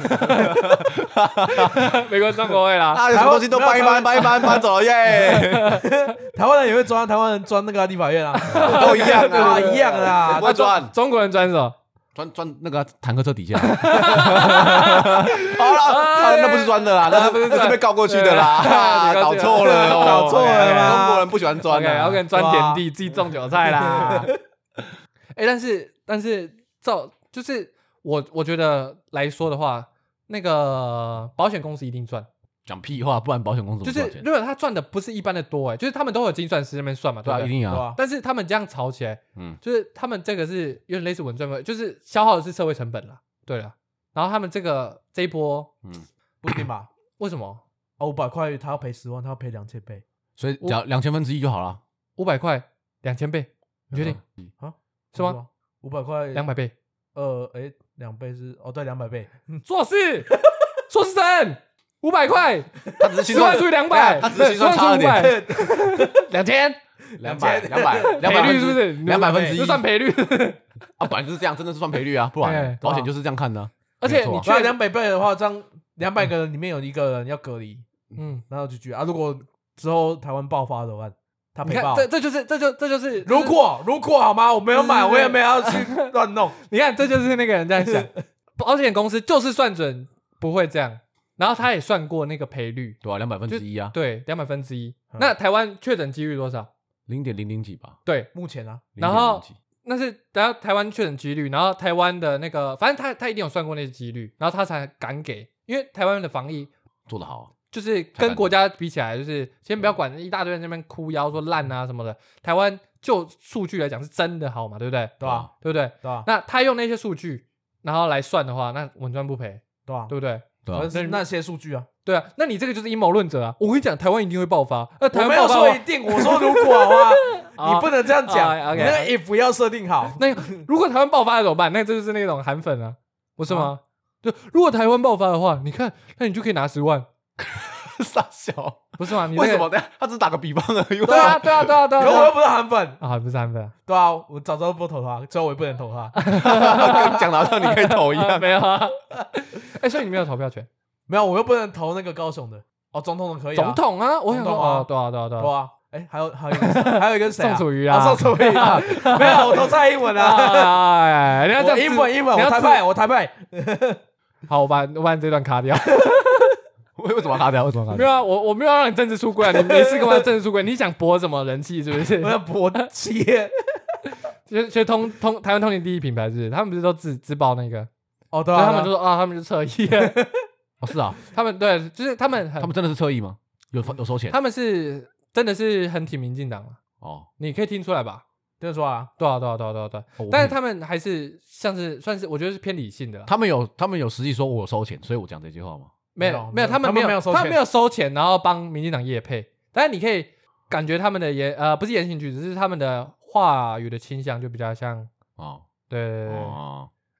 [SPEAKER 1] 美国人专国会啦。
[SPEAKER 2] 啊，有什么东西都搬一搬，搬一搬，搬走耶，
[SPEAKER 3] 台湾人也会抓，台湾人钻那个啊立法院
[SPEAKER 1] <laughs>
[SPEAKER 3] 啊，
[SPEAKER 2] 都一样
[SPEAKER 3] 对啊，
[SPEAKER 2] 啊，
[SPEAKER 3] 一样啦
[SPEAKER 2] 不。会转
[SPEAKER 1] 中国人专什么？
[SPEAKER 2] 转转那个啊坦克
[SPEAKER 1] <laughs>
[SPEAKER 2] 车底下。好了，啊那不是钻的啦，那
[SPEAKER 1] 不是
[SPEAKER 2] 是
[SPEAKER 1] 钻
[SPEAKER 2] 那是被告过去的啦，
[SPEAKER 1] 对
[SPEAKER 2] 啊搞错了哦，
[SPEAKER 3] 搞错了吗
[SPEAKER 2] 中国人不喜欢钻啊
[SPEAKER 1] OK，然后
[SPEAKER 2] 的
[SPEAKER 1] 给。你钻田地，自己种韭菜啦。 <laughs> 哎、但是但是照就是我我觉得来说的话，那个保险公司一定赚，
[SPEAKER 2] 讲屁话，不然保险公司
[SPEAKER 1] 就
[SPEAKER 2] 怎么
[SPEAKER 1] 是
[SPEAKER 2] 赚钱
[SPEAKER 1] 如果他赚的不是一般的多、哎，就是他们都有精算师在那边算嘛，
[SPEAKER 2] 对
[SPEAKER 1] 对
[SPEAKER 2] 啊，
[SPEAKER 1] 不
[SPEAKER 2] 一
[SPEAKER 1] 对？
[SPEAKER 2] 定
[SPEAKER 3] 对
[SPEAKER 2] 啊，
[SPEAKER 3] 吧？
[SPEAKER 1] 但是他们这样吵起来，
[SPEAKER 2] 嗯，
[SPEAKER 1] 就是他们这个是有点类似稳赚不赔，就是消耗的是社会成本啦。对了，然后他们这个这一波
[SPEAKER 3] 不一定吧？
[SPEAKER 1] 为什么
[SPEAKER 3] 啊，五百块他要赔十万，他要赔两千倍，
[SPEAKER 2] 所以讲两千分之一就好了。
[SPEAKER 1] 五百块两千倍？你
[SPEAKER 2] 嗯
[SPEAKER 1] 确定是吗？？
[SPEAKER 3] 五百块，
[SPEAKER 1] 两百倍？
[SPEAKER 3] 呃，哎，两倍是哦，对，两百倍。
[SPEAKER 1] 做事说事生五百块。
[SPEAKER 2] 他只是心
[SPEAKER 1] 十万除以两百，
[SPEAKER 2] 他只是心算
[SPEAKER 1] 对
[SPEAKER 2] 差了
[SPEAKER 1] 10万
[SPEAKER 2] 点，
[SPEAKER 1] 除以500两千，
[SPEAKER 2] <laughs> 两百两百
[SPEAKER 1] 赔
[SPEAKER 2] 两百
[SPEAKER 1] 率是不是
[SPEAKER 2] 两百分之
[SPEAKER 1] 就
[SPEAKER 2] 一
[SPEAKER 1] 算赔率？
[SPEAKER 2] 啊，本来就是这样，真的是算赔率啊，不
[SPEAKER 1] 哎
[SPEAKER 2] 然保险就是这样看的啊。
[SPEAKER 1] 而且你
[SPEAKER 2] 没
[SPEAKER 1] 去
[SPEAKER 3] 如果两百倍的话，这样两百个人里面有一个人要隔离，
[SPEAKER 1] 嗯，
[SPEAKER 3] 然后就举啊。如果之后台湾爆发怎么办？他
[SPEAKER 1] 你
[SPEAKER 3] 赔
[SPEAKER 1] 看
[SPEAKER 3] 爆。
[SPEAKER 1] 这这就是这就这就是，
[SPEAKER 3] 如果如果好吗？我没有买，
[SPEAKER 1] 对对对
[SPEAKER 3] 我也没有
[SPEAKER 1] <laughs>
[SPEAKER 3] 要去乱弄。
[SPEAKER 1] 你看这就是那个人在想，保险公司就是算准不会这样，然后他也算过那个赔率，
[SPEAKER 2] 对啊，两百分之一啊，
[SPEAKER 1] 对，两百分之一。
[SPEAKER 3] 嗯
[SPEAKER 1] 那台湾确诊几率多少？
[SPEAKER 2] 零点零零几吧。
[SPEAKER 1] 对，
[SPEAKER 3] 目前啊，
[SPEAKER 1] 然后
[SPEAKER 2] 0.00几
[SPEAKER 1] 那是然后台湾确诊几率，然后台湾的那个，反正他他一定有算过那些几率，然后他才敢给，因为台湾的防疫
[SPEAKER 2] 做得好，啊
[SPEAKER 1] 就是
[SPEAKER 2] 台
[SPEAKER 1] 跟
[SPEAKER 2] 湾
[SPEAKER 1] 国家比起来，就是先
[SPEAKER 3] 嗯
[SPEAKER 1] 不要管一大堆人在那边哭腰说烂啊什么的，台湾就数据来讲是真的好嘛，对不对？
[SPEAKER 3] 对吧？
[SPEAKER 1] 对不对？
[SPEAKER 3] 对吧？
[SPEAKER 1] 哦那他用那些数据然后来算的话，那稳赚不赔，
[SPEAKER 3] 对吧？
[SPEAKER 1] 对不对？
[SPEAKER 2] 对啊
[SPEAKER 3] 而，是那些数据啊，
[SPEAKER 1] 对啊，那你这个就是阴谋论者啊！我跟你讲，台湾一定会爆发，那、
[SPEAKER 3] 我
[SPEAKER 1] 台湾
[SPEAKER 3] 没有
[SPEAKER 1] 爆发
[SPEAKER 3] 说一定，我说如果好
[SPEAKER 1] <laughs>
[SPEAKER 3] 吗？
[SPEAKER 1] 哦
[SPEAKER 3] 你不能这样讲，
[SPEAKER 1] 哦
[SPEAKER 3] 你
[SPEAKER 1] ，OK
[SPEAKER 3] 那个 if 要设定好。
[SPEAKER 1] <laughs> 那个如果台湾爆发了怎么办？那这就是那种韩粉啊，不是吗？对，如果台湾爆发的话，你看，那你就可以拿十万，
[SPEAKER 2] 傻笑，
[SPEAKER 1] 不是吗？你那个
[SPEAKER 2] 为什么呢？他只是打个比方而已。
[SPEAKER 1] 对啊，对啊，对啊，对啊
[SPEAKER 3] 可
[SPEAKER 1] 对
[SPEAKER 3] 我又
[SPEAKER 1] 啊！
[SPEAKER 3] 不是韩粉，
[SPEAKER 1] 啊，不是韩粉啊，
[SPEAKER 3] 对啊，我早知道不投他，所以我也不能投他。
[SPEAKER 2] 跟讲到像你可以投一
[SPEAKER 1] 啊
[SPEAKER 2] 样。
[SPEAKER 1] 没有啊？哎，所以你没有投票权。
[SPEAKER 3] 没有，我又不能投那个高雄的。哦，总统的可以啊，
[SPEAKER 1] 总统啊，我想说
[SPEAKER 3] 总统啊
[SPEAKER 1] 哦，对啊，对啊，对
[SPEAKER 3] 对
[SPEAKER 1] 啊，
[SPEAKER 3] 啊。哎，还有还有
[SPEAKER 1] <laughs>
[SPEAKER 3] 一个还有一个是谁啊？
[SPEAKER 1] 宋楚瑜啊
[SPEAKER 3] 哦宋楚瑜
[SPEAKER 1] <laughs>
[SPEAKER 3] 啊，没有，我投蔡英文啊。
[SPEAKER 1] 哎，你要这
[SPEAKER 3] 我
[SPEAKER 1] 样
[SPEAKER 3] 英文英文，
[SPEAKER 1] 你
[SPEAKER 3] 我
[SPEAKER 1] 要
[SPEAKER 3] 台
[SPEAKER 1] 自
[SPEAKER 3] 派我台派，
[SPEAKER 1] 好，我把我把你这段卡掉。
[SPEAKER 2] 为为什么要卡掉？为什么要
[SPEAKER 1] 没
[SPEAKER 2] 卡掉？
[SPEAKER 1] 有啊，我我没有要让你政治出柜啊，你没事干嘛政治出柜？你想博什么人气是不是
[SPEAKER 3] 我？要搏
[SPEAKER 1] <laughs>
[SPEAKER 3] 切。
[SPEAKER 1] 就就通通台湾通勤第一品牌是不是，他们不是都自自爆那个，
[SPEAKER 3] 哦，对
[SPEAKER 1] 所以
[SPEAKER 3] 啊，
[SPEAKER 1] 他们就
[SPEAKER 3] 对啊
[SPEAKER 1] 说啊，他们就侧
[SPEAKER 3] <laughs>
[SPEAKER 1] 翼了，
[SPEAKER 2] <laughs> 哦，是啊，
[SPEAKER 1] 他们对，就是他们
[SPEAKER 2] 他
[SPEAKER 1] 很
[SPEAKER 2] 们真的是侧翼吗？有有收钱？
[SPEAKER 1] 他们是真的是很挺民进党啊，
[SPEAKER 2] 哦，
[SPEAKER 1] 你可以听出来吧？
[SPEAKER 3] 听得出来啊，
[SPEAKER 1] 对啊，对啊，对啊，对啊，对啊。
[SPEAKER 2] 哦我
[SPEAKER 1] 但是他们还是像是算是，我觉得是偏理性的啦。
[SPEAKER 2] 他们有他们有实际说我有收钱，所以我讲这句话吗？
[SPEAKER 1] 没
[SPEAKER 3] 没
[SPEAKER 1] 有
[SPEAKER 3] 有
[SPEAKER 1] 没有，他们
[SPEAKER 3] 他们
[SPEAKER 1] 没
[SPEAKER 3] 没有收钱
[SPEAKER 1] 他们没有收钱，然后帮民进党业配。但是你可以感觉他们的言呃不是言行举止，只是他们的话语的倾向就比较像
[SPEAKER 2] 哦
[SPEAKER 1] 对对对对。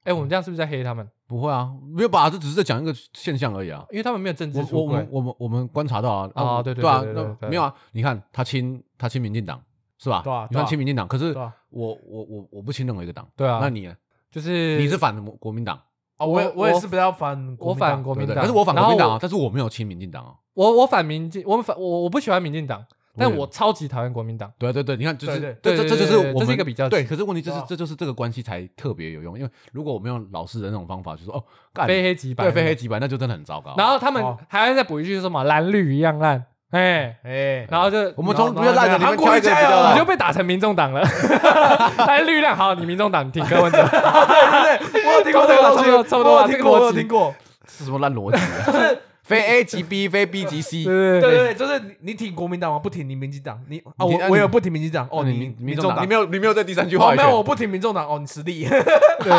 [SPEAKER 1] 哎、
[SPEAKER 2] 哦，
[SPEAKER 1] 我们这样是不是在黑他们？
[SPEAKER 2] 不会啊，没有吧？这只是在讲一个现象而已啊。
[SPEAKER 1] 因为他们没有政治
[SPEAKER 2] 我我
[SPEAKER 1] 出
[SPEAKER 2] 我
[SPEAKER 1] 轨
[SPEAKER 2] 们。我们我们观察到啊
[SPEAKER 1] 啊
[SPEAKER 2] 我
[SPEAKER 1] 对对
[SPEAKER 2] 对啊
[SPEAKER 1] 对对，对对
[SPEAKER 2] 那没有啊，你看他亲他亲民进党是吧？
[SPEAKER 3] 对啊
[SPEAKER 2] 你
[SPEAKER 3] 对啊
[SPEAKER 2] 看亲民进党，可是
[SPEAKER 3] 对啊
[SPEAKER 2] 我我我我不亲任何一个党，
[SPEAKER 1] 对啊
[SPEAKER 2] 那你呢
[SPEAKER 1] 就是啊
[SPEAKER 2] 你是反国国民党，
[SPEAKER 3] 哦，我也
[SPEAKER 1] 我
[SPEAKER 3] 我也是比较反国
[SPEAKER 1] 我
[SPEAKER 3] 民党
[SPEAKER 1] 反国
[SPEAKER 2] 对
[SPEAKER 1] 民
[SPEAKER 2] 不对？
[SPEAKER 1] 党，
[SPEAKER 2] 但是我反国民
[SPEAKER 1] 然
[SPEAKER 2] 党
[SPEAKER 1] 后
[SPEAKER 2] 啊，但是我没有亲民进党啊。
[SPEAKER 1] 我我我反民进，我们反我我不喜欢民进党，但
[SPEAKER 2] 也
[SPEAKER 1] 我超级讨厌国民党。
[SPEAKER 2] 对对对，你看，就
[SPEAKER 3] 对
[SPEAKER 2] 是
[SPEAKER 1] 对
[SPEAKER 2] 这
[SPEAKER 1] 对对
[SPEAKER 2] 这这就是
[SPEAKER 1] 对对这
[SPEAKER 2] 我们
[SPEAKER 1] 是一个比较
[SPEAKER 2] 对，可是问题就是
[SPEAKER 3] 对啊
[SPEAKER 2] 这就是这个关系才特别有用，因为如果我们用老式的那种方法，就说哦，干
[SPEAKER 1] 非黑即白，
[SPEAKER 2] 对非黑即白，那就真的很糟糕。
[SPEAKER 1] 然后他们
[SPEAKER 3] 哦
[SPEAKER 1] 还要再补一句说什么蓝绿一样烂，哎、
[SPEAKER 3] 哎， <laughs>
[SPEAKER 1] 然后就
[SPEAKER 2] 我们
[SPEAKER 1] 然后
[SPEAKER 2] 从不是烂的里面
[SPEAKER 3] 韩国
[SPEAKER 2] 挑一个比
[SPEAKER 3] 瑜加油
[SPEAKER 2] 较
[SPEAKER 3] 啊
[SPEAKER 1] 你
[SPEAKER 2] 好
[SPEAKER 1] 就被打成民众党
[SPEAKER 2] <laughs>
[SPEAKER 1] 了，蓝绿量好，你民众党挺柯文哲，
[SPEAKER 3] 对对对，我有听过这个东
[SPEAKER 1] 差
[SPEAKER 3] 西，
[SPEAKER 1] 不多差不多
[SPEAKER 3] 我
[SPEAKER 1] 啊
[SPEAKER 3] 有听
[SPEAKER 1] 这个
[SPEAKER 3] 过，我
[SPEAKER 1] 逻
[SPEAKER 3] 有
[SPEAKER 1] 辑
[SPEAKER 3] 听过，
[SPEAKER 2] 是什么烂逻辑啊？
[SPEAKER 1] <laughs>
[SPEAKER 2] 非 A 即 B，非 B 即 C，
[SPEAKER 1] 对
[SPEAKER 3] 对对，对，就是你你挺国民党吗？不挺你民进党，你啊
[SPEAKER 2] 你
[SPEAKER 3] 我
[SPEAKER 2] 啊
[SPEAKER 3] 我
[SPEAKER 2] 你
[SPEAKER 3] 有不挺民进党，哦
[SPEAKER 2] 哦，
[SPEAKER 3] 你
[SPEAKER 2] 你民民
[SPEAKER 3] 民
[SPEAKER 2] 众党，
[SPEAKER 3] 党
[SPEAKER 2] 你没有你没有在第三句
[SPEAKER 3] 哦
[SPEAKER 2] 话
[SPEAKER 3] 没有我不挺民众党，哦你实
[SPEAKER 1] <laughs>
[SPEAKER 3] 力，
[SPEAKER 1] 对。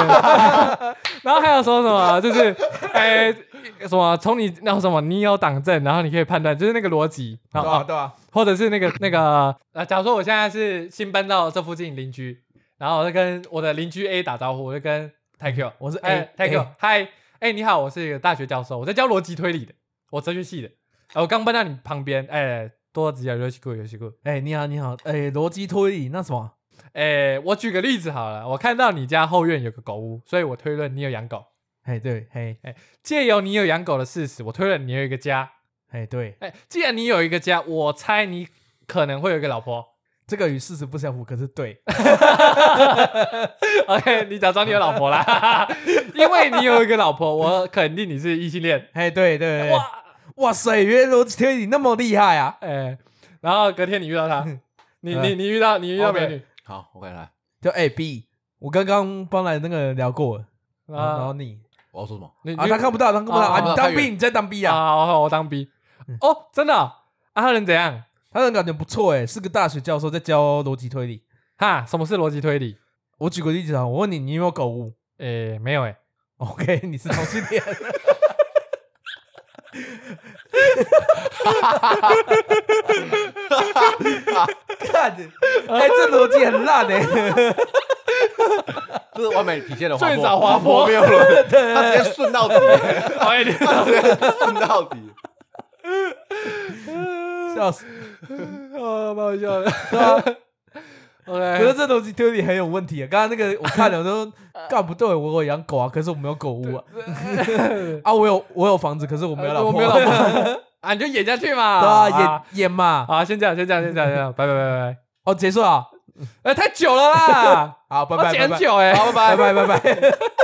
[SPEAKER 1] 然后还有说什么，啊就是哎、什么从你那什么你有党证，然后你可以判断，就是那个逻辑，
[SPEAKER 3] 对
[SPEAKER 1] 然后
[SPEAKER 3] 吧啊
[SPEAKER 2] 啊
[SPEAKER 3] 对吧？
[SPEAKER 1] 或者是那个那个呃，假如说我现在是新搬到这附近邻居，然后我就跟我的邻居 A 打招呼，我就跟 t a k
[SPEAKER 3] 我是 A，
[SPEAKER 1] 哎 t a k
[SPEAKER 3] A
[SPEAKER 1] 嗨，哎你好，我是一个大学教授，我在教逻辑推理的，我哲学系的，呃我刚搬到你旁边，哎多子亚游戏库游戏库。
[SPEAKER 3] 哎，你好，你好，哎，逻辑推理那什么？
[SPEAKER 1] 哎，我举个例子好了，我看到你家后院有个狗屋，所以我推论你有养狗。
[SPEAKER 3] 哎，对，嘿，
[SPEAKER 1] 借由你有养狗的事实，我推论你有一个家。
[SPEAKER 3] 哎，对，
[SPEAKER 1] 哎，既然你有一个家，我猜你可能会有一个老婆。 <laughs>
[SPEAKER 3] 这个与事实不相符，可是对，
[SPEAKER 1] OK，你假装你有老婆啦， <laughs> 因为你有一个老婆，我肯定你是异性恋。
[SPEAKER 3] 哎，对对对，
[SPEAKER 1] <laughs> 哇，
[SPEAKER 3] 哇塞，原来逻辑推理那么厉害啊！
[SPEAKER 1] 哎、然后隔天你遇到 <laughs> 她，你你你遇到你遇到美女
[SPEAKER 2] 好，我看来
[SPEAKER 3] 就哎 B，我刚刚帮来那个聊过了，然后然后
[SPEAKER 1] 啊，
[SPEAKER 3] 你
[SPEAKER 2] 我要说什么？
[SPEAKER 1] 你
[SPEAKER 3] 啊，他看不到，他看不到
[SPEAKER 1] 哦
[SPEAKER 3] 啊，
[SPEAKER 2] 哦
[SPEAKER 3] 你
[SPEAKER 2] 太
[SPEAKER 3] 当
[SPEAKER 2] 远
[SPEAKER 3] 兵，你在当兵
[SPEAKER 1] 啊，
[SPEAKER 3] 啊？
[SPEAKER 1] 好好，我当兵。
[SPEAKER 3] 嗯
[SPEAKER 1] 哦，真的哦、啊，他人怎样？
[SPEAKER 3] 他那感觉不错哎，是个大学教授在教逻辑推理。
[SPEAKER 1] 哈，什么是逻辑推理？
[SPEAKER 3] 我举个例子啊，我问你，你有没有狗屋
[SPEAKER 1] 哎、没有哎、
[SPEAKER 3] <laughs> ？OK，你是同性恋， <laughs> 看，哎，这逻辑很烂哎，
[SPEAKER 2] 这是完美 <laughs> 体现了
[SPEAKER 1] 最早滑坡
[SPEAKER 2] 没有了，他直接顺到底，
[SPEAKER 1] 哎、你
[SPEAKER 2] 他直接顺到底。
[SPEAKER 3] 笑死！
[SPEAKER 1] 哦，蛮好 <laughs> 笑的。
[SPEAKER 3] 对啊，我觉得
[SPEAKER 1] OK，
[SPEAKER 3] 这逻辑推理很有问题啊。刚刚那个我看了，
[SPEAKER 1] <laughs>
[SPEAKER 3] 我都干不对，我有养狗啊，可是我没有狗屋啊，啊，我有我有房子，可是 <laughs> 我没有老婆，
[SPEAKER 1] 呃我没有
[SPEAKER 3] <laughs>
[SPEAKER 1] 老婆 <laughs> 啊，你就演下去嘛。
[SPEAKER 3] 对啊，演演嘛，
[SPEAKER 1] 好，先这样，先这样，先这样，先这样，拜拜拜
[SPEAKER 3] <laughs>
[SPEAKER 1] 拜。
[SPEAKER 3] 哦，结束了啊，
[SPEAKER 1] 哎、太久了啦，
[SPEAKER 3] 好，
[SPEAKER 1] <laughs>
[SPEAKER 3] 拜
[SPEAKER 1] 我
[SPEAKER 3] 拜，
[SPEAKER 1] 剪
[SPEAKER 3] 拜
[SPEAKER 1] 很
[SPEAKER 3] 拜，
[SPEAKER 1] 久哎、
[SPEAKER 2] 好，拜拜。
[SPEAKER 3] 拜拜拜拜。